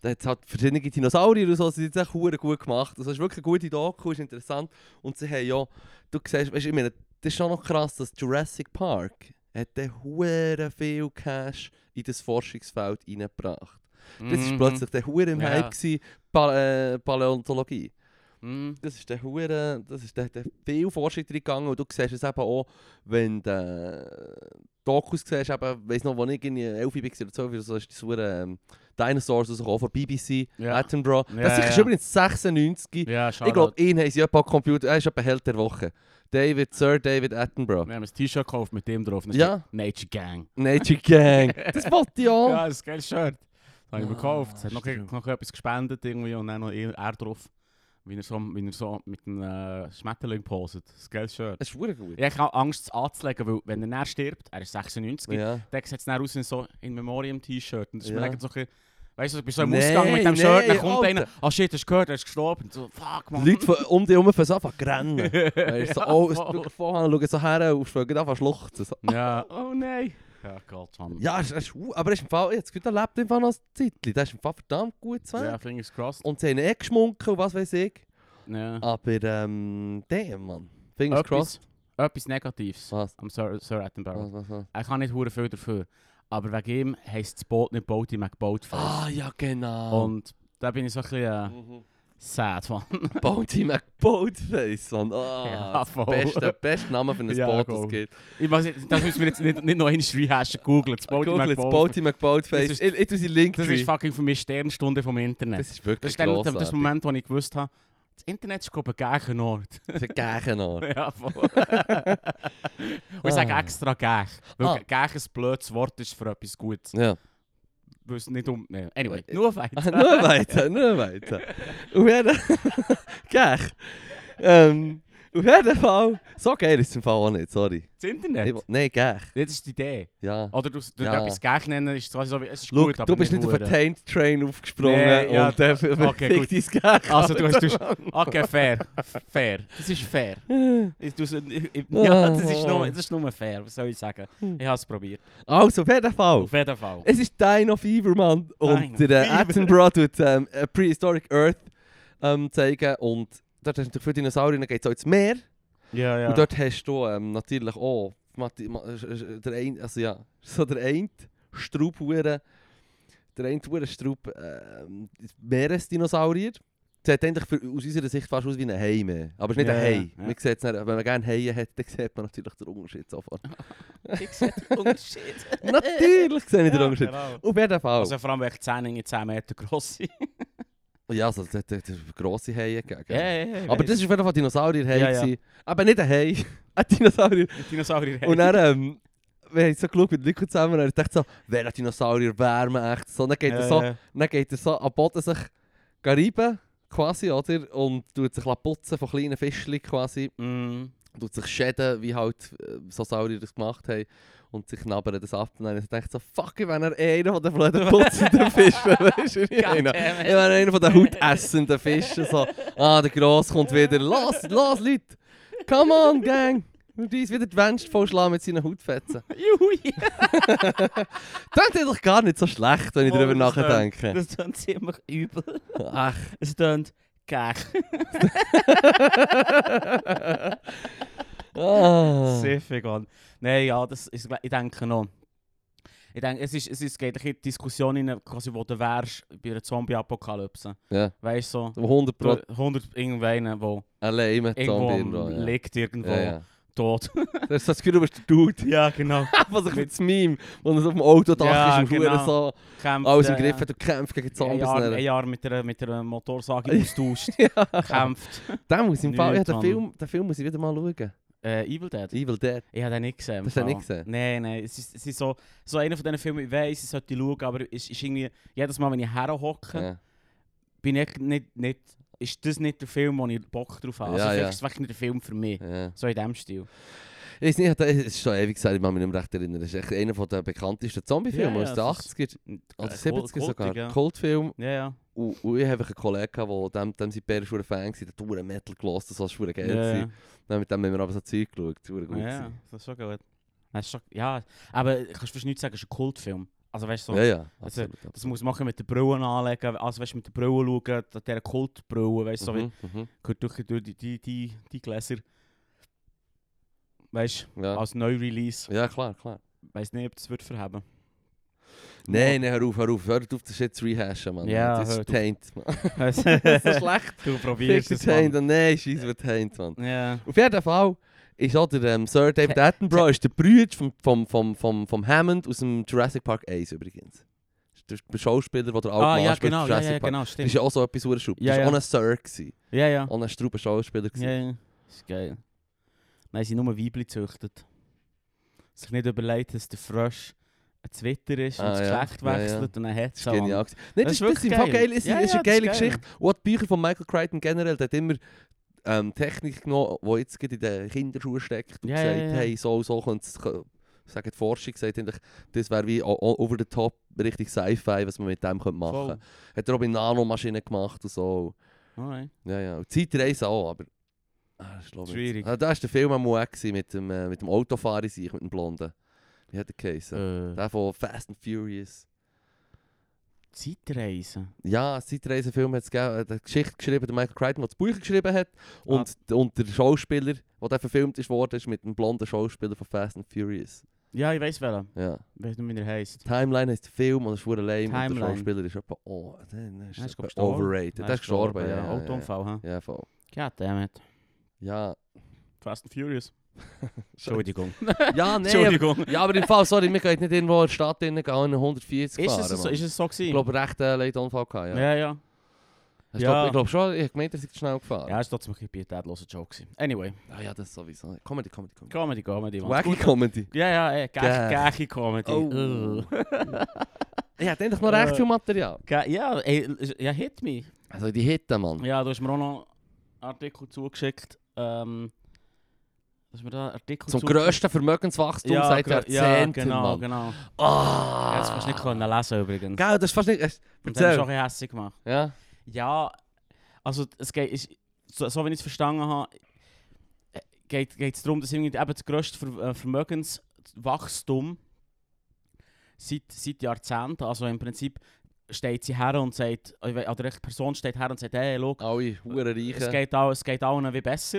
da hat halt verschiedene Dinosaurier und so. Das ist echt hure gut gemacht. Also, Das ist wirklich eine gute Doku, ist interessant. Und sie haben ja. Du siehst, weißt, du, ich meine, das ist schon noch krass, dass Jurassic Park hat dann hure viel Cash in das Forschungsfeld reingebracht. Das ist plötzlich der hure im Mhm. Ja. Hype gewesen, pa äh, Paläontologie. Mhm. Das ist der Hure, das ist der, der viel Forschung drin gegangen und du siehst es eben auch, wenn du äh, Dokus siehst, eben, weiss noch, wo ich in 11 war oder 12 oder so, ist das Hure ähm, Dinosaurs rausgekommen von BBC, Ja. Attenborough. Ja, das ist ja. übrigens 96. Ja, schade. ich glaube, ihn haben sie etwa Computer, er ist etwa Held der Woche. David, Sir David Attenborough. wir haben ein T-Shirt gekauft mit dem drauf. Das Ja. Oh. steht Nature Gang. Nature Gang. Das wollte ich auch. Ja, das ist ein geiles Shirt. Das habe ich mir Ah, gekauft. Es hat noch, stimmt. noch etwas gespendet irgendwie und dann noch er er drauf. Wie er so, wie er so mit einem äh, Schmetterling poset. Das ist ein geiles Shirt. Das ist Hure gut. Ich habe Angst, es anzulegen, weil wenn er dann stirbt, er ist 96, Ja. dann sieht es dann aus wie so in Memoriam-T-Shirt. Und das ist Ja. oh, mir dann so ein bisschen, weißt du, du bist so im Nein, Ausgang mit dem nein, Shirt, dann kommt Alter. einer, ah shit, hast du gehört, er ist gestorben. So, fuck, man. Leute von, um dich herum fangen so an zu rennen. Weißt du, so, oh, es- voll. schau vorher, schau so her und fangen an zu schluchzen. So, Ja, oh nein. Ja, Gott, Mann. Ja, es ist, uh, aber er ist im Fall, jetzt er lebt im Fall noch ein Zeitchen. Der ist im Fall verdammt gut zu Ja, ja. fingers crossed. Und sie haben ihn eh geschmunken und was weiß ich. Ja. Aber ähm, damn, Mann. Fingers Ah, crossed. Ah. etwas Negatives Was? am Sir, Sir Attenborough. Was, was, was? Er kann nicht hure viel dafür. Aber wegen ihm heisst das Boot nicht Boaty McBoatface. Ah, ja, genau. Und da bin ich so ein bisschen äh, Mhm. sad, Mann. Boaty McBoatface, Mann. Ah, Ja, voll. das beste, beste Name für ein Ja, Boot, das go. es gibt. Ich weiß nicht, das müssen wir jetzt nicht, nicht noch einmal rehashen. Google, das Boaty Google jetzt McBoatface. Boaty McBoatface. Das ist- Ich ich tue seinen Das ist Link fucking für mich Sternstunde vom Internet. Das ist wirklich Das ist der, der- das grossartig. Moment, wo ich gewusst habe, das Internet ist glaube ich ein gächer Ort. Das ist ein Gegenart. ja, voll. Und ich sage Ah. extra gäch. Weil Ah. ah. gäch ein blödes Wort ist für etwas Gutes. Ja. Weil es nicht um... Nee. Anyway, Äh, nur weiter. Ah, nur weiter, nur weiter. Auf jeden Gech. Ähm, auf jeden Fall. So geil ist es im Fall auch nicht, sorry. Das Internet. Ich will- Nein, gech. Das ist die Idee. dus- Ja. Oder du, du Ja. etwas gäch nennen, ist quasi so wie... Es ist Schau, gut, aber du bist nicht auf den hure. Taint Train aufgesprungen Nee, ja, und der ver- okay, verfickt dein Gech. Also du hast... Du hast okay, dus- fair. Fair. Das ist fair. Ich, tu's- ich, ich, ja, das Ah. ist, nur, das ist nur fair. Was soll ich sagen? Hm. Ich habe es probiert. Also, auf jeden Fall. Auf jeden Fall. Es ist Dino Fever, Mann. Und Dino der äh, Fever. Attenborough tut ähm, äh, Prehistoric Earth ähm, zeigen. Und dort hast du natürlich viele Dinosaurier, dann geht es auch ins Meer. Ja, ja. Und dort hast du ähm, natürlich auch Mati- Ma- äh, äh, der ein, also ja, so der eine Straubhure, der eine Hure Straub, ähm, Meeresdinosaurier. Sieht eigentlich für, aus unserer Sicht fast aus wie ein Hai mehr. Aber es ist nicht Ja, ein Hai. ja. Man sieht's nicht, wenn man gerne Haie hat, dann sieht man natürlich den Unterschied sofort. Ich sehe den oh, Unterschied. natürlich sehe ich den Ja, Unterschied. genau. Auf jeden Fall. Also vor allem, weil die Zähne 10 Meter gross sind. ja, also, der, der, der grosse Haie gegeben. ja, Ah, Aber das war auf jeden Fall Dinosaurier-Hai. Ja, ja. gewesen. Aber nicht ein Hai, ein Dinosaurier. ist Dinosaurier. Und dann, ähm, wir haben so geschaut mit Nico zusammen und er dachte so, welcher Dinosaurier wäre man echt? So, dann geht er so, dann geht er so am Boden sich reiben, quasi, oder? Und tut sich putzen von kleinen Fischchen quasi. Mm. Tut sich schäden, wie halt äh, so Saurier das gemacht haben. Und sich knabbern das ab. Und dann denkt so, fuck, ich wäre einer einer von den blöden putzenden Fischen. Weißt du, ich bin einer. eh, Ich wäre einer von den hautessenden Fischen. So, ah, der Gross kommt wieder. Los, los, Leute! Come on, Gang! Und uns wieder die Wänste vollschlagen mit seinen Hautfetzen. Juhui. Das ist doch gar nicht so schlecht, wenn ich Oh, darüber das stimmt. nachdenke. Das klingt ziemlich übel. Ach. Es klingt gech. Ah. Sehr viel gehen. Nein, ja, das ist, ich denke noch. Ich denke, es, ist, es ist, geht eine Diskussion in, eh, quasi, wo du wärst bei einer Zombie-Apokalypse. Ja. Weißt du, so, 100 du- 100 irgendwann, wo allein mit irgendwo Zombie irgendwo. Ja. liegt, irgendwo Ja, Dus ja. tot. Das ist so das Gefühl, du bist der Dude. ja, genau. Was ich mit dem Meme, wo er auf dem Autodach Ja, ist und genau. so Kämpft, alles im äh, Griff hat und kämpft gegen die Ein Zombies. Jahr, ein eh, Ja, Jahr mit einer, mit einer Motorsage austauscht, kämpft. Den muss ich im Fall, ja, den Newton. Film, den Film muss ich wieder mal schauen. Äh, Evil Dead. Evil Dead. Ich habe den nicht gesehen. im Hast du den Fall. nicht gesehen? Nein, nein. Es ist, es ist so, so einer von diesen Filmen, ich weiss, ich sollte schauen, aber es ist irgendwie, jedes Mal, wenn ich herhocke, Ja. bin ich nicht, nicht, ist das nicht der dus Film, wo ich Bock drauf habe. Ja, also ja. vielleicht ist es wirklich nicht der Film für mich. Ja. So in dem Stil. Ich weiß nicht, es ist schon ewig gesagt, ich kann mich nicht mehr recht erinnern. Das ist echt einer der bekanntesten Zombie-Filme Ja, ja, aus den das 80er ist- oder Äh, 70er Kult- sogar. kultig, ja. Kultfilm. Ja, ja. Und, und ich habe einen Kollegen, gehabt, der dem, dem sein Bär schon ein Fan war, der hat verdammt Metal gelassen, das war schon geil. ja, gewesen. ja. Dann mit dem haben wir aber so Zeug geschaut, das war gut. ja, ja. gewesen. Das ist schon gut. Das ist schon, ja, aber kannst du fast nicht sagen, es ist ein Kultfilm. Also weißt du, so, Ja, ja, Also, absolut. das muss man machen mit der Brille anlegen, also weißt du, mit der Brille schauen, an dieser Kultbrille, weißt du, so wie mhm, mhm, gehört durch, durch die, die, die, die Gläser. Weißt du, ja. als Neu-Release. ja, klar, klar. Weiß nicht, ob das wird verheben. Nein, nein, hör auf, hör auf, hör auf, das jetzt rehashen, Mann. Ja, das ist hört auf. taint, Mann. das Das ist schlecht. Du probierst Fick es. taint, Mann. nein, scheiss, wird taint, Mann. Ja. Auf jeden Fall ist auch der ähm, Sir David Attenborough ist der Bruder vom, vom, vom, vom, vom Hammond aus dem Jurassic Park 1 übrigens. Das ist der Schauspieler, der der alte Ah, Mann ja, spielt, genau, ja, Jurassic ja, Park. genau, Das ist stimmt. ja auch so etwas hure Schub. Ja, Das war ja. auch ein Sir, gewesen. Ja, ja. auch ein strauber Schauspieler. gewesen. Ja, ja. Das ist geil. Nein, sie haben nur Weibli gezüchtet. Sich nicht überlegt, dass der Frosch ein Zwitter ist Ah, und das ja. Geschlecht Ja, ja. wechselt und dann hat Das war genial. gewesen. Nein, Das das, ist, ist das ist wirklich im Fall geil. geil. Es Ja, ist ja, eine das ist geile geil. Geschichte. Und auch die Bücher von Michael Crichton generell, der hat immer ähm, Technik genommen, die jetzt gerade in den Kinderschuhen steckt und Ja, gesagt, ja, ja. hey, so und so könnte es... kö- Sagen die Forschung, sagt eigentlich, das wäre wie o- o- over the top, richtig Sci-Fi, was man mit dem könnte machen könnte. Hat er auch bei Nanomaschinen gemacht und so. Alright. Ja, ja. Und Zeitreise auch, aber... Ah, das ist glaub ich jetzt- Schwierig. Ah, da war der Film am Weg mit dem, äh, mit dem Autofahrer, sich, mit dem Blonden. Wie hat er geheißen? Äh, Der von Fast and Furious. Zeitreisen. Ja, einen Zeitreisefilm hat es gegeben, äh, eine Geschichte geschrieben, der Michael Crichton, der das Buch geschrieben hat. Ah. Und, und der Schauspieler, der dann verfilmt ist worden, ist mit dem blonden Schauspieler von Fast and Furious. Ja, ich weiß welchen. Ja. Ich weiß nicht, wie er heisst. Timeline heisst der Film und das ist verdammt lame. Und der Timeline. Schauspieler ist etwa, oh, der der Er ist ist etwa gestorben. overrated. Der ist gestorben, ja. ja, ja. Autounfall, hä? Ja, voll. Goddammit. Ja. Fast and Furious. Entschuldigung. Ja, nee, aber, Entschuldigung. ja, aber im Fall, sorry, wir gehen nicht irgendwo in die Stadt rein, gehen 140 Ist fahren, es so, Mann. ist es so gewesen? ich glaube, recht äh, leider Unfall gehabt, ja. ja, ja. Ich Ja. glaube glaub schon, ich habe gemeint, er sei schnell gefahren. Ja, es war trotzdem ein pietätloser Joke. gewesen. Anyway, Ah ja, das sowieso. Comedy, Comedy, Comedy. Comedy, Comedy, Mann. Wacky Comedy. Ja, ja, ey, Gäh. gache Comedy. Oh. Ugh. Ich hätte eigentlich noch recht Äh. viel Material. Gä- Ja, ey, ja, hit me. Also die Hitte, Mann. Ja, du hast mir auch noch einen Artikel zugeschickt. Ähm, du hast mir da einen Artikel Zum zugeschickt. grössten Vermögenswachstum ja, seit grö- Jahrzehnten, Ja, genau, Mann. genau. Ah! Ja, Das hast du nicht können lesen übrigens. Gell, das ist fast nicht... es- Und das hat mich Erzähl. schon ein bisschen hässlich gemacht. Ja, Ja, also es geht, ist, so, so wie ich es verstanden habe, äh, geht es darum, dass irgendwie eben das grösste Ver äh, Vermögenswachstum seit, seit Jahrzehnten, also im Prinzip steht sie her und sagt, oder die Person steht her und sagt, hey, schau, alle hure es Reichen. geht, all, es geht allen wie besser.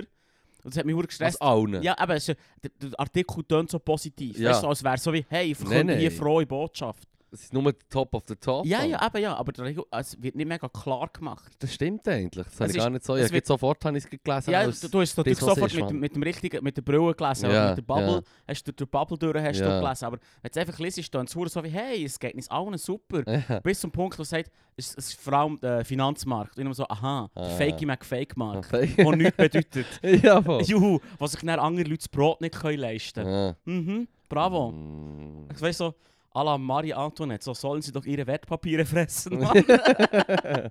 Und das hat mich hure gestresst. Aus allen. Ja, aber es ist, der, der Artikel tönt so positiv. Ja. Weißt du, als wäre es so wie, hey, ich Nein, verkünde hier nein. frohe Botschaft. Es ist nur die Top of the Top. Ja, Mann. ja, eben ja, aber der Artikel, es wird nicht mega klar gemacht. Das stimmt eigentlich. Das habe Es ich ist- gar nicht so. es Ich habe wird- sofort habe ich es gelesen. Ja, als- du, du hast es natürlich das, dus was sofort ist, mit, Mann. dem- mit dem richtigen, mit der Brille gelesen, Ja, oder mit der Bubble, ja. hast du durch die Bubble durch, hast Ja. du gelesen, aber wenn du es einfach liest, dann ist es so wie, hey, es geht uns allen super. Ja. Bis zum Punkt, wo es sagt, es es ist vor allem der Finanzmarkt. Und ich immer so, aha, Ah, der ja. Fakey McFake Markt, Okay. der nichts bedeutet. ja, voll. Juhu, was sich dann andere Leute das Brot nicht können leisten können. Ja. Mhm, bravo. Mm. Ich weiß so, à la Marie Antoinette, so sollen sie doch ihre Wertpapiere fressen. Mann.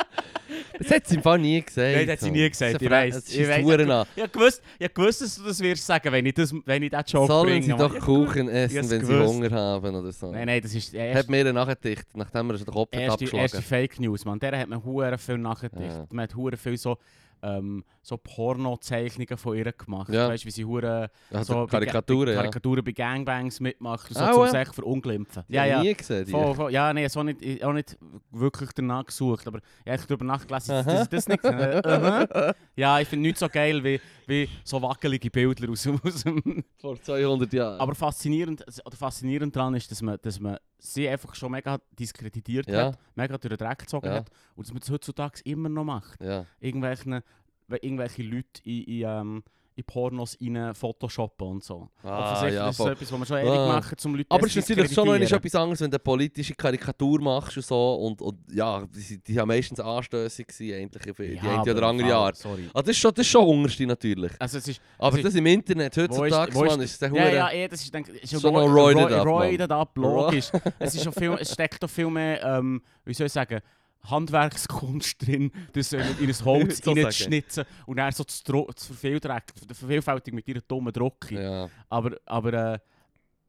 Das hat sie im Fall nie gesagt. Nein, das hat sie Mann. nie gesagt, Das ich ist eine weiss. Fre- Es Ich weiss, ist Huren an. ich habe gewusst, ich hab gewusst, dass du das wirst sagen, wenn ich, das, wenn ich diesen Joke Sollen bringe. sie Mann. doch Ja, Kuchen essen, hab's wenn sie gewusst. Hunger haben oder so. Nein, nein, das ist die Hat erste, mir dann nachgedichtet, nachdem er den Kopf hat erste, abgeschlagen erste Fake News, man. Der hat man hure viel nachgedichtet. Ja. Man hat hure viel so, ähm, so Porno-Zeichnungen von ihr gemacht. Ja. Weißt du, wie sie hure Also so Karikaturen, bei, ja. Karikaturen bei Gangbangs mitmachen, dus so Ah, zum ja. sich verunglimpfen. Die hab ich nie gesehen. die. Voll, voll. Ja, nee, es war nicht, ich auch nicht wirklich danach gesucht, aber ich habe darüber nachgelesen, dass Aha. das, das nicht... Äh, aha. Ja, ich finde nichts so geil wie, wie so wackelige Bilder aus, aus dem... Vor 200 Jahren. Aber faszinierend, oder faszinierend daran ist, dass man, dass man sie einfach schon mega diskreditiert Ja. hat, mega durch den Dreck gezogen Ja. hat und dass man das heutzutage immer noch macht. ja. Irgendwelche, irgendwelche Leute in, in, ähm, in Pornos rein photoshoppen und so. Ah, Offensichtlich ja, ist das voll. etwas, was man schon ehrlich Ah. machen, um Leute Aber zu es ist natürlich schon noch diskreditieren. etwas anderes, wenn du eine politische Karikatur machst und so. Und, und ja, die, sind- die haben meistens anstößig gewesen, eigentlich, für die eine aber oder andere im Fall, Jahr. Sorry. Ah, das ist schon, das ist schon unterste natürlich. Also es ist, Aber es ist- das im Internet heutzutage, dus wo ist- Mann, ist der ja, Hure. ja, ja, das ist, denk, ist Schon noch roided up, Mann. roided up, logisch. es, ist schon viel, es steckt doch viel mehr, ähm, wie soll ich sagen, Handwerkskunst drin, das in, in ein Holz So sagen. reinzuschnitzen und dann so zu, dro- zu vervielfältigen, vervielfältigen mit ihrer dummen Drucke. Ja. Aber, aber äh,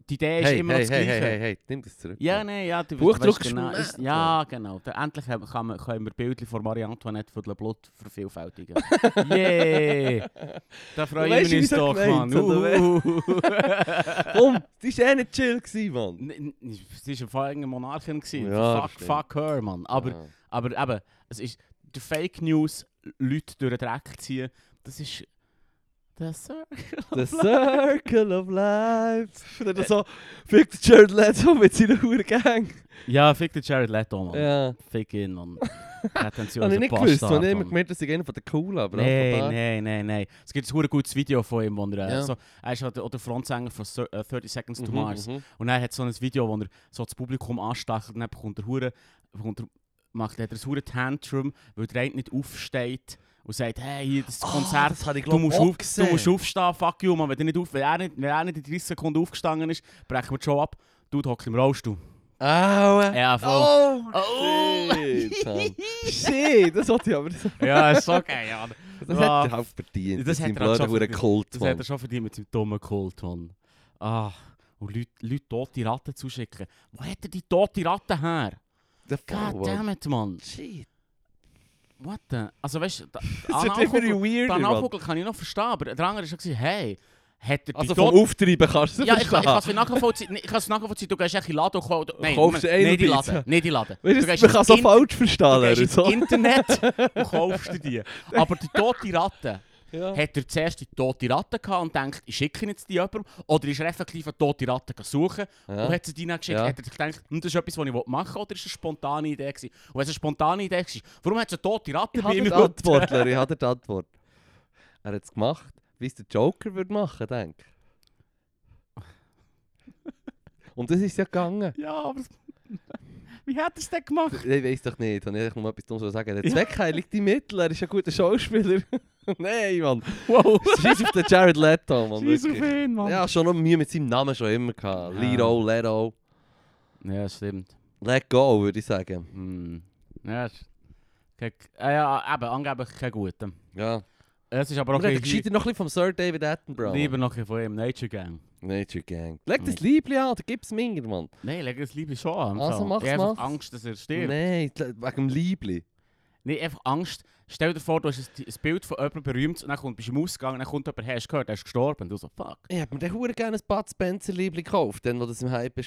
die Idee ist Hey, immer hey, noch das hey, Gleiche. hey, hey, hey, nimm das zurück. Ja, nee, ja, du Buchdruck ist genau, mad, ist- Ja, genau. Da, endlich haben- kann man, können wir Bildchen von Marie Antoinette von der Blut vervielfältigen. yeah! Da Du freue weißt, ich mich wie's er doch, gemeint Mann. hat, oder? Uh. Komm, das war eh nicht chill, gewesen, Mann. N- n- Sie war ein fucking Monarchin. gewesen. Ja, das fuck, stimmt. fuck her, Mann. Aber, Ja. aber eben, es ist die Fake News, Leute durch den Dreck ziehen, das ist. Das Sir. The Circle of Life. Und dann so, fick den Jared Leto mit seiner Hure Gang. Ja, fick den Jared Leto, Mann. Ja. Fick ihn, Mann. Habe Prätentiöser ich nicht Bastard, gewusst, habe ich immer Mann. gemerkt, dass ich einer von den Coolen, aber Nein, offenbar- nein, nein, nein. Es gibt ein verdammt gutes Video von ihm, wo er, Ja. ja. so, er ist ja der, auch der Frontsänger von Sir- äh, 30 Seconds to Mhm, Mars. mhm. Und er hat so ein Video, wo er so das Publikum anstachelt und dann bekommt er, hure, bekommt er, macht, hat er ein hure Tantrum, weil der eine nicht aufsteht und sagt, hey, hier, das Ah, Konzert, das habe ich, du, glaub, musst auch auf, du gesehen. musst aufstehen, fuck you, man. Wenn, du nicht auf, wenn, er nicht, wenn er nicht in 30 Sekunden aufgestanden ist, brechen wir die Show ab. Du hockst im Rollstuhl. Aua. Ja, voll. Oh, Oh. shit. Mann. shit, das wollte ich aber so. Ja, ist okay, ja. Das Ja. hat er halt verdient. Das Das ist hat ein er halt blöder schon Hure verdient. Kult, Das hat Mann. er schon verdient mit seinem dummen Kult, Mann. Ah, und Leute, Leute tote Ratten zuschicken. Wo hat er die tote Ratte her? Oh, Der God Fall, Mann. damn it, Mann. Shit. What the... Also weißt du, da- Das wird Anal- immer weirder, den Mann. Anvogel kann ich noch verstehen, aber der andere war schon, hey, hat er die Also tote... vom Auftreiben kannst du es Ja, ich, ich kann verstehen. es nachvollziehen. Nee, Ich kann es nachvollziehen. Du gehst echt in den Laden und kaufst... Nein, Kaufst nein, eine nicht in den Pizza. Laden. Nicht in den Laden. Weißt Du du, gehst man kann so in- falsch verstehen. Du gehst oder ins so. Internet und kaufst dir die. Aber die tote Ratte... Ja. Hat er zuerst die tote Ratte gehabt und denkt, ich schicke ihn jetzt die jemandem? Oder ist er effektiv eine tote Ratte gegangen suchen Ja. und hat sie dir dann geschickt? Ja. Hat er sich gedacht, hm, das ist etwas, was ich machen will, oder ist es eine spontane Idee? Gewesen? Und wenn es eine spontane Idee war, warum hat es eine tote Ratte Ich habe die ihm? Antwort, Larry, ich habe die Antwort. Er hat es gemacht, wie es der Joker würde machen, denke Und das ist ja gegangen. Ja, aber wie hat er es denn gemacht? Ich weiß doch nicht, wenn ich noch etwas dummes zu sagen. Der Zweck heiligt die Mittel, er ist ein guter Schauspieler. Nein, Mann. Wow, Scheiß auf den Jared Leto, Mann. scheiß auf wirklich. ihn, Mann. Ja, schon noch Mühe mit seinem Namen schon immer gehabt. Ja. Liro, Leto. Ja, stimmt. Let go, würde ich sagen. Hm. Ja, ist... Kein- äh, ja, eben, angeblich kein guter. Ja. Es ist aber auch Okay, ein Oder gescheiter noch ein bisschen vom Sir David Attenborough. Lieber noch ein bisschen von ihm, Nature Gang. Nature Gang. Leg das Liebling an, da gibt's minder, Mann. Nein, leg es lieber schon an. im Also Fall. mach's, ich habe einfach mach's. Angst, dus dass er stirbt. Nein, wegen dem Liebling. Nee, einfach Angst. Stell dir vor, du hast ein, ein Bild von jemandem berühmt und dann kommt, bist du im Ausgang und dann kommt jemand, hey, hast du gehört, er ist gestorben. Und du so, fuck, Ich hab mir den hure gerne ein Bud Spencer Liebling gekauft, dann, wo das im Hype war.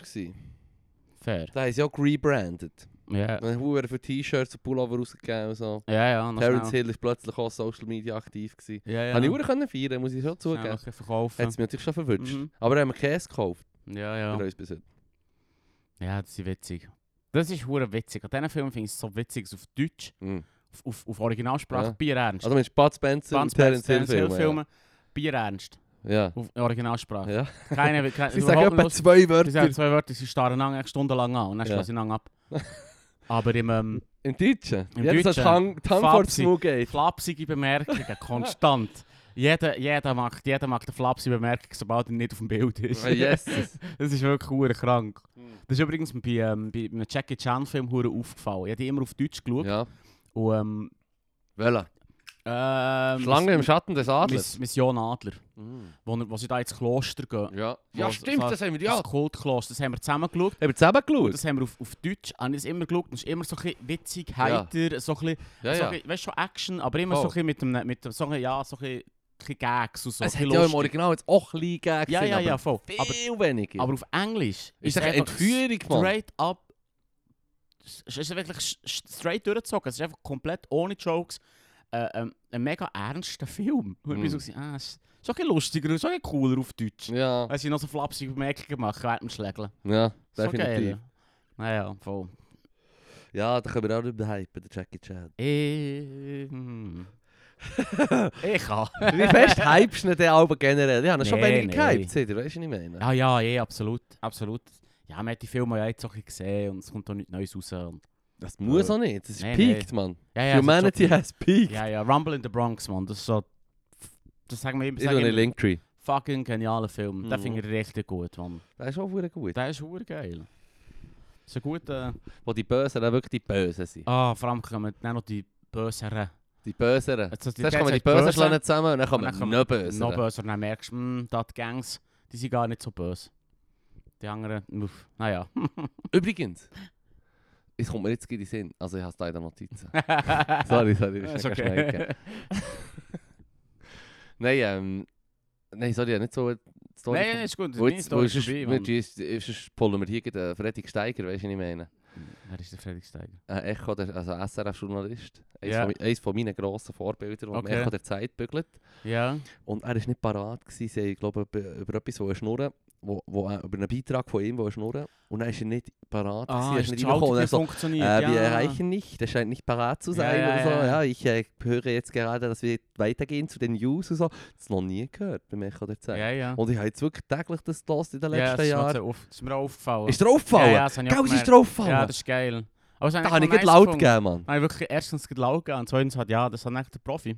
fair. Da haben sie auch gerebrandet. Ja, Wir haben Huren für T-Shirts und Pullover rausgegeben und so. ja, ja. noch Terence schnell. Hill war plötzlich auch auf Social Media aktiv. Gewesen. Ja, ja. Habe ich Huren können feiern, muss ich schon Schnell zugeben. noch ein verkaufen. Hat es mich natürlich schon verwünscht. Mhm. Aber haben wir Käse gekauft. Ja, Ja. ja. Uns bis heute. Ja, das ist witzig. Das ist hure witzig. An diesen Film finde ich es so witzig, dass auf Deutsch, Mhm. auf, auf, auf Originalsprache, Ja. Ah, Bierernst. Also, meinst du Bud Spencer Ganz und Terence Hill Hill Filme? Filme, Bierernst. Ja. Auf Originalsprache. ja. Keine, keine Sie sagen etwa Also überhaupt zwei nicht- Sie sagen Wörter. zwei Wörter, sie starren lang, stundenlang an und dann Ja. schlagen sie lang ab. Aber im ähm, Im Deutschen? Im Ja, das Deutschen. hat Hang, Hang vor Fabsi. Smugate. flapsige Bemerkungen, konstant. Jeder, jeder, macht, jeder macht eine flapsige Bemerkung, sobald er nicht auf dem Bild Ah, ist. Yes. Das ist wirklich hure krank. Hmm. Das ist übrigens bei, ähm, bei einem Jackie Chan Film hure aufgefallen. Ich habe die immer auf Deutsch geschaut. Ja. Und, ähm, Wella. ähm, Schlange im Schatten des Adlers. Miss, Mission Adler, Mhm. wo, wo sie da ins Kloster gehen. Ja. Wo- so- haben wir Das Kultkloster, das haben wir zusammen geschaut. Haben wir zusammen Und geschaut? das haben wir auf, auf Deutsch habe ich das immer geschaut. Das ist immer so ein bisschen witzig, Ja. heiter, so ein bisschen, Ja, so ja. ein bisschen weißt du, schon Action, aber immer so Voll. ein bisschen mit dem, mit dem so ein bisschen, ja, so ein bisschen, ein bisschen Gags und so. Es ein hat bisschen ja im lustig. Original jetzt auch ein bisschen gegeben. Ja, ja, ja, voll. Viel Aber, weniger. aber auf Englisch ist das eine einfach Entführung, Mann? straight up. Es ist wirklich sch- sch- straight durchgezogen. Es ist einfach komplett ohne Jokes. Äh, ähm, ein mega ernster Film. Und ich Mm. bin so, gewesen, ah, es ist so ein bisschen lustiger, so ein bisschen cooler auf Deutsch. Ja, Weil sie noch so flapsige Bemerkungen machen während dem Schlägeln. ja, So definitiv. geil. Naja, voll. Ja, da können wir auch nicht hypen, der Jackie Chan. Ähm, ich kann. Wie fest hypst du den Alben generell? Ich habe ihn schon Nee, weniger nee. gehypt, seht ihr, weißt du, was ich meine? Ja, ja, eh, absolut. Absolut. Ja, man hat die Filme ja jetzt auch ein bisschen gesehen und es kommt auch nichts Neues raus. Und, Das muss auch nicht, das ist Nee, peaked, Mann. ja, ja, es hat Humanity schon- has peaked. Ja, ja, Rumble in the Bronx, Mann. Das ist so. Das sagen wir immer. Ich tue Sagen einen immer Linktree. fucking genialer Film. Den Mhm. finde ich richtig gut, Mann. Das ist auch wirklich gut. Der ist hure geil. Das ist ein guter. Wo die Bösen dann wirklich die Bösen sind. eh, Ah, vor allem kommen dann noch die Böseren. Die Böseren. Jetzt, Zuerst kommen die Bösen schlagen zusammen und dann kommen Und dann kommen noch Böseren. Noch böser, dann merkst du, hm, da die Gangs, die sind gar nicht so böse. Die nou anderen, uff, naja. Übrigens, es kommt mir jetzt gerade in den Sinn. Also ich habe es da in den Notizen. sorry, sorry, das Ist ist nicht okay. Nein, ähm, nein, sorry, ich habe nicht so eine Story. Nein, nein, von- ist gut. Wo Meine jetzt, Story wo ist sonst, vorbei, Mann. mit, ist, sonst pullen wir hier gerade den Fredrik Steiger, weißt du, was ich meine? Wer ist der Felix Steiger? Ein Echo, der, also SRF-Journalist. Eines Ja. von, mi- eins von meinen grossen Vorbildern, der im Okay. Echo der Zeit bügelt. Ja. Und er war nicht parat. gewesen. Sie haben, glaube ich, über, über etwas wollen schnurren wo, wo, äh, über einen Beitrag von ihm wollen schnurren Und dann ist er nicht parat. gewesen, er ist nicht Ah, die reingekommen. Schaltung Und nicht er so, funktioniert. äh, Wir ja. erreichen nicht, der scheint nicht parat zu Ja, sein. ja, oder so. ja. ja. ich äh, höre jetzt gerade, dass wir weitergehen zu den News und so. Das noch nie gehört beim Echo der Zeit. Ja, ja. Und ich habe jetzt wirklich täglich das gelost in den ja, letzten es ist mir Jahren. so auf- ist mir auch aufgefallen. Ist dir aufgefallen? Ja, ja, das habe ich Gell, auch es ist gemerkt. dir aufgefallen? Ja, das ist geil. Aber das habe da habe ich noch gerade nice laut gefunden. gegeben, Mann. Nein, wirklich, erstens geht laut gehen und zweitens hat ja, das hat echt der Profi.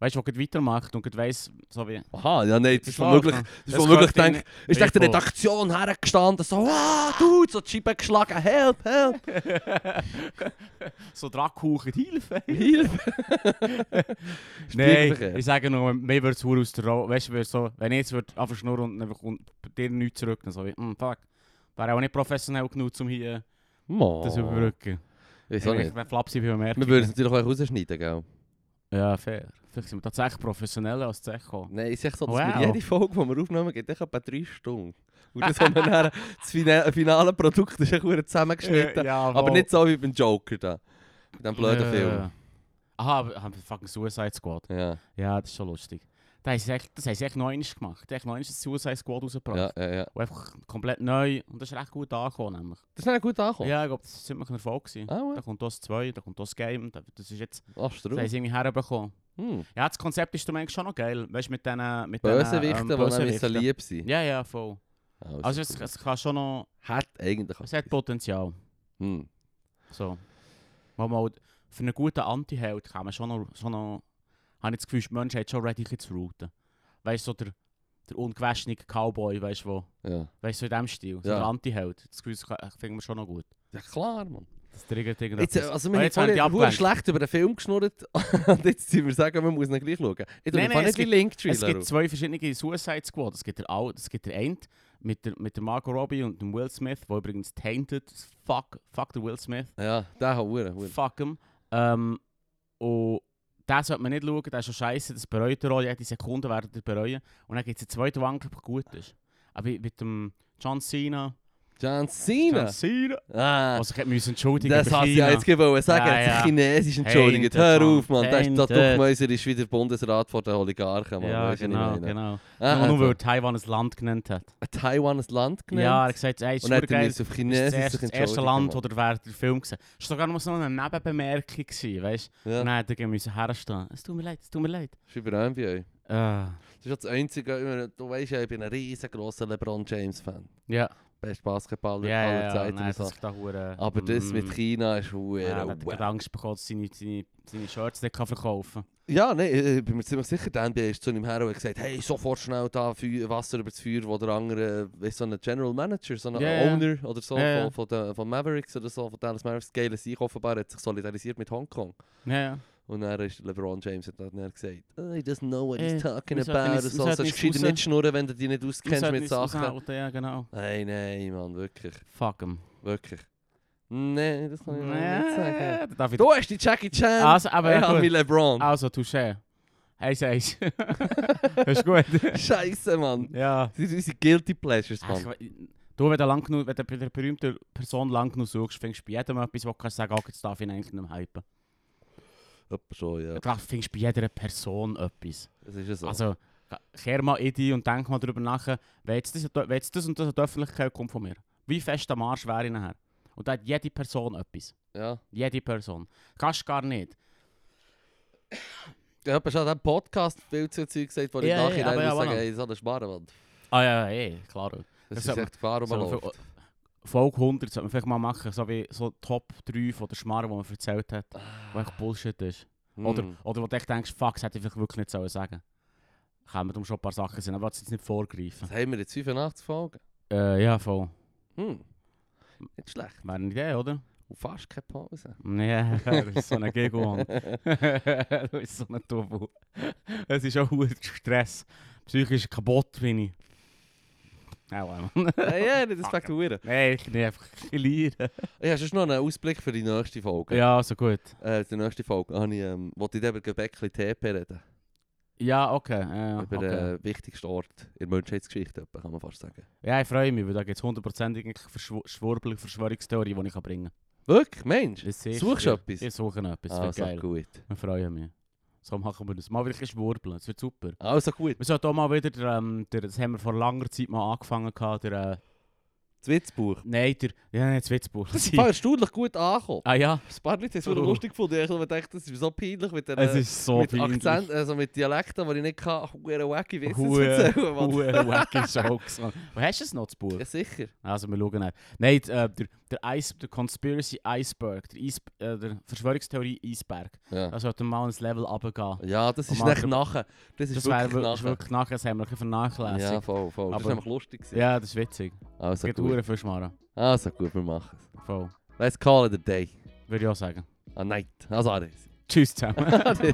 Weißt du, der gerade weitermacht und gerade weiss, so wie. Aha, ja, nein, das Das ist womöglich, läuft das ist Das womöglich gehört denk, ist echt die Voll. Redaktion hergestanden, so, ah, du, so die Scheibe geschlagen, help, help, so Drackhauchen, Hilfe! hilf. Nein, Spiegelverkehr. ich sage nur, mir würde es hure aus der Rolle. Weißt du, wär so, wenn ich jetzt würde einfach schnurren und dann kommt bei dir nichts zurück, dann so wie, hm, fuck. Wäre auch nicht professionell genug, um hier äh, Mo. das überbrücken. Wieso nicht? Wenn Flapsi bei mir Wir würden es natürlich auch rausschneiden, gell? Ja, fair. Vielleicht sind wir tatsächlich professioneller als die Echo. Nein, ich sage so, dass Wow. wir jede Folge, die wir aufnehmen, geht echt etwa drei Stunden. Und das haben wir dann, das fina- finale Produkt ist echt verdammt zusammengeschnitten. Ja, Aber nicht so wie beim Joker da. Mit diesem blöden Film. Aha, aber haben wir fucking Suicide Squad. Ja, Ja, das ist schon lustig. Da haben sie echt, das haben sie echt noch einmal gemacht. Die haben echt noch einmal das Suicide Squad rausgebracht. ja, ja, ja. Und einfach komplett neu. Und das ist recht gut angekommen nämlich. Das ist nicht gut angekommen. Ja, ich glaube, das ist ziemlich ein Erfolg gewesen. Ah, Da well. kommt das 2, da kommt das Game. Da, das ist jetzt... Ach, Das haben Strauß. sie irgendwie herbekommen. Hm. Ja, das Konzept ist eigentlich schon noch geil. Weißt du, mit diesen... Mit diesen, Bösewichte, die dann so Bösewichten. lieb sind. ehm, Ja, ja, voll. Oh, Also es, es kann schon noch... Hat eigentlich Es hat Potenzial. Hmm. Hm. So. Mal, mal, für einen guten Anti-Held kann man schon noch, schon noch... Habe ich das Gefühl, die Menschheit ist schon ready ein bisschen zu routen. Weißt du, so der, der ungewaschene Cowboy, weißt du, wo... Ja. Weißt du, so in diesem Stil. So Ja. der Anti-Held. Das Gefühl, das kann- finden wir schon noch gut. ja, klar, Mann. Das triggert irgendetwas. Jetzt, äh, also, wir Ah, haben jetzt haben die vorhin verdammt abgelenkt. schlecht über den Film geschnurrt und jetzt sind wir sagen, man muss ihn gleich schauen. Ich tue Nein, einfach nein, nicht es die gibt- Linktree Es gibt darauf. zwei verschiedene Suicide Squad. Es gibt der Al es gibt der eine mit der, mit der Margot Robbie und dem Will Smith, wo übrigens tainted. as Fuck, fuck der Will Smith. Ja, der hat Huren. Huren. Fuck him. Ähm, und den sollte man nicht schauen, der ist schon scheiße, das bereut er auch. Jede Sekunde werdet ihr bereuen. Und dann gibt es einen zweiten, der angeblich gut ist. Aber mit dem John Cena John Cena. John Cena. Ah, Also, ich hätte mich entschuldigen das hast bei du ja China. jetzt gewollt sagen. Ja, Er hat ja. sich Chinesisch entschuldigt. Painted, Hör auf, Mann. Mann. Das ist- Der Painted. Duckmäuser ist wieder Bundesrat vor den Oligarchen, Mann. Ja, Weisst du, was ich genau, meine? genau. Ah, nur, nur also, weil Taiwan ein Land genannt hat. Taiwan ein Land genannt. Ja, er hat gesagt, ey, ist und dann hat er supergeil. uns auf Das ist das Chinesisch erste, sich das erste entschuldigen, Land, Mann. oder während der Film gesehen Das war sogar noch so eine Nebenbemerkung, gewesen, weißt du? Ja, Und dann hat er gegen uns herstehen. Es tut mir leid, es tut mir leid. das ist überall bei euch. Ah, Das ist ja das Einzige, ich meine, du weißt ja, ich bin ein riesengroßer LeBron James-Fan. ja, Best Basketballer ja, ja, aller dus ja, Zeiten. nein, und so. das ist da hure- Aber das mit Mm. China ist huere Ja, er hat wack. gerade Angst bekommen, dass seine, seine, seine Shirts nicht kann verkaufen Ja, eh, nein, ich bin mir ziemlich sicher, der NBA ist zu ihm her und hat gesagt, hey, sofort schnell da Feu- Wasser über das Feuer, wo der andere, weißt so ein General Manager, so ein Ja, ja. Owner oder so, Ja, ja. Von, von, den- von Mavericks oder so, von Dallas Mavericks, geile Sieg offenbar, hat sich solidarisiert mit Hongkong. kann. Ja, ja. Und dann ist LeBron James hat dann gesagt, oh, he doesn't know what Äh, he's talking wir sollten about. uns- oder wir so, sollten sollst du uns gescheiter raus- nicht schnurren, wenn du dich nicht auskennst Aushalten mit ist Sachen. aushalten, Ja, genau. Nein, nein, Mann, wirklich, Fuck him. wirklich. Nein, das kann ich nee. nicht sagen. Nee, da darf ich- Du hast die Jackie Chan, Also, aber ich ja, Ah. habe gut. meinen LeBron. Also, touché. Eins, eins. ist gut. Scheiße, Mann. ja. Das sind unsere Guilty Pleasures, Ach, ich Mann. we- du, wenn du lang genug, wenn du bei der berühmten Person lang genug suchst, findest du bei jedem etwas, wo du kannst sagen, oh, jetzt darf ich ihn eigentlich nicht mehr hypen. Etwa schon, ja. dus Du findest bei jeder Person etwas. Das ist ja so. Also, ga- kehr mal in dich und denk mal darüber nach, wenn jetzt das, wenn jetzt das und das an die Öffentlichkeit kommt von mir, wie fest am Arsch wäre ich nachher? Und da hat jede Person etwas. ja. Jede Person. Kannst gar nicht. Ich habe schon an diesem Podcast viel zu Zeug gesagt, wo ich Ja, ja, nachher aber muss ja, sagen, Mann. hey, so eine Sparwand. Ah ja, ja, ja klar. Das, Das ist hat man- echt Gefahr, um So, man für- läuft. Folge 100 sollte man vielleicht mal machen, so wie so Top 3 von der Schmarrn, die man erzählt hat, wo echt Bullshit ist. Oder, Mm. oder wo du echt denkst, fuck, das hätte ich vielleicht wirklich nicht sollen sagen Kann man darum schon ein paar Sachen sehen, aber ich will es jetzt nicht vorgreifen. Was haben wir jetzt? 85 Folgen? Äh, ja, voll. Hm. Nicht schlecht. Wäre eine Idee, oder? Und fast keine Pause. Ja, das ist so ein Gego, Mann. das ist so ein Tofu. Es ist auch verdammt Stress. Psychisch kaputt bin ich. Auch einmal. Hey, ja, nicht Respekt Huren. Nein, ich bin einfach gelieren. Ich habe sonst noch einen Ausblick für die nächste Folge. Ja, so gut. Äh, die nächste Folge habe ich, ähm, wollte ich dann über Gebäckli TP reden. Ja, okay. Ja, über okay. den wichtigsten Ort in der Menschheitsgeschichte, etwa, kann man fast sagen. ja ich freue mich, weil da gibt es hundertprozentig Verschw Schwurbel- Verschwörungstheorie, die ich kann bringen Wirklich, Mensch? Ah, kann. Suchst du etwas? Ich suche etwas, das wird also geil. gut. Wir freuen mich. So machen wir das. Mal wieder ein bisschen schwurbeln, das wird super. Also gut. Wir sollten auch mal wieder, der, ähm, der, das haben wir vor langer Zeit mal angefangen, gehabt, der, äh, Das Witzbuch. nein, der, ja, nicht Witzbuch. Das ist voll erstaunlich gut angekommen. ah ja, Das paar Leute haben es Oh. verdammt lustig gefunden. Ich habe mir gedacht, das ist so peinlich mit den es ist so mit peinlich. Akzenten, also mit Dialekten, die ich nicht kann. Huere wacky Witze zu Hure- erzählen. Mann. Huere wacky Jokes. Mann. Wo hast du es noch, das Buch? Ja, sicher. Also, wir schauen nicht. Nein, d- äh, der, der, Eis, der Conspiracy Iceberg, der, Eis, äh, der Verschwörungstheorie Eisberg. Ja, Da sollten wir mal ins Level Dus runtergehen. das ist Mann, nach nachher. Das ist Das wäre wirklich wirklich, nachher. wirklich nachher, das haben wir ein bisschen Ja, vernachlässigt. voll, voll. Das Aber- war nämlich lustig. Ah, gewesen. Ja, das ist witzig. Es Also gibt gut. Huren viel Schmarrn. Also gut, wir machen es. Voll. Let's call it a day. Würde ich auch sagen. A night. Also, Ares. Tschüss zusammen. Ares.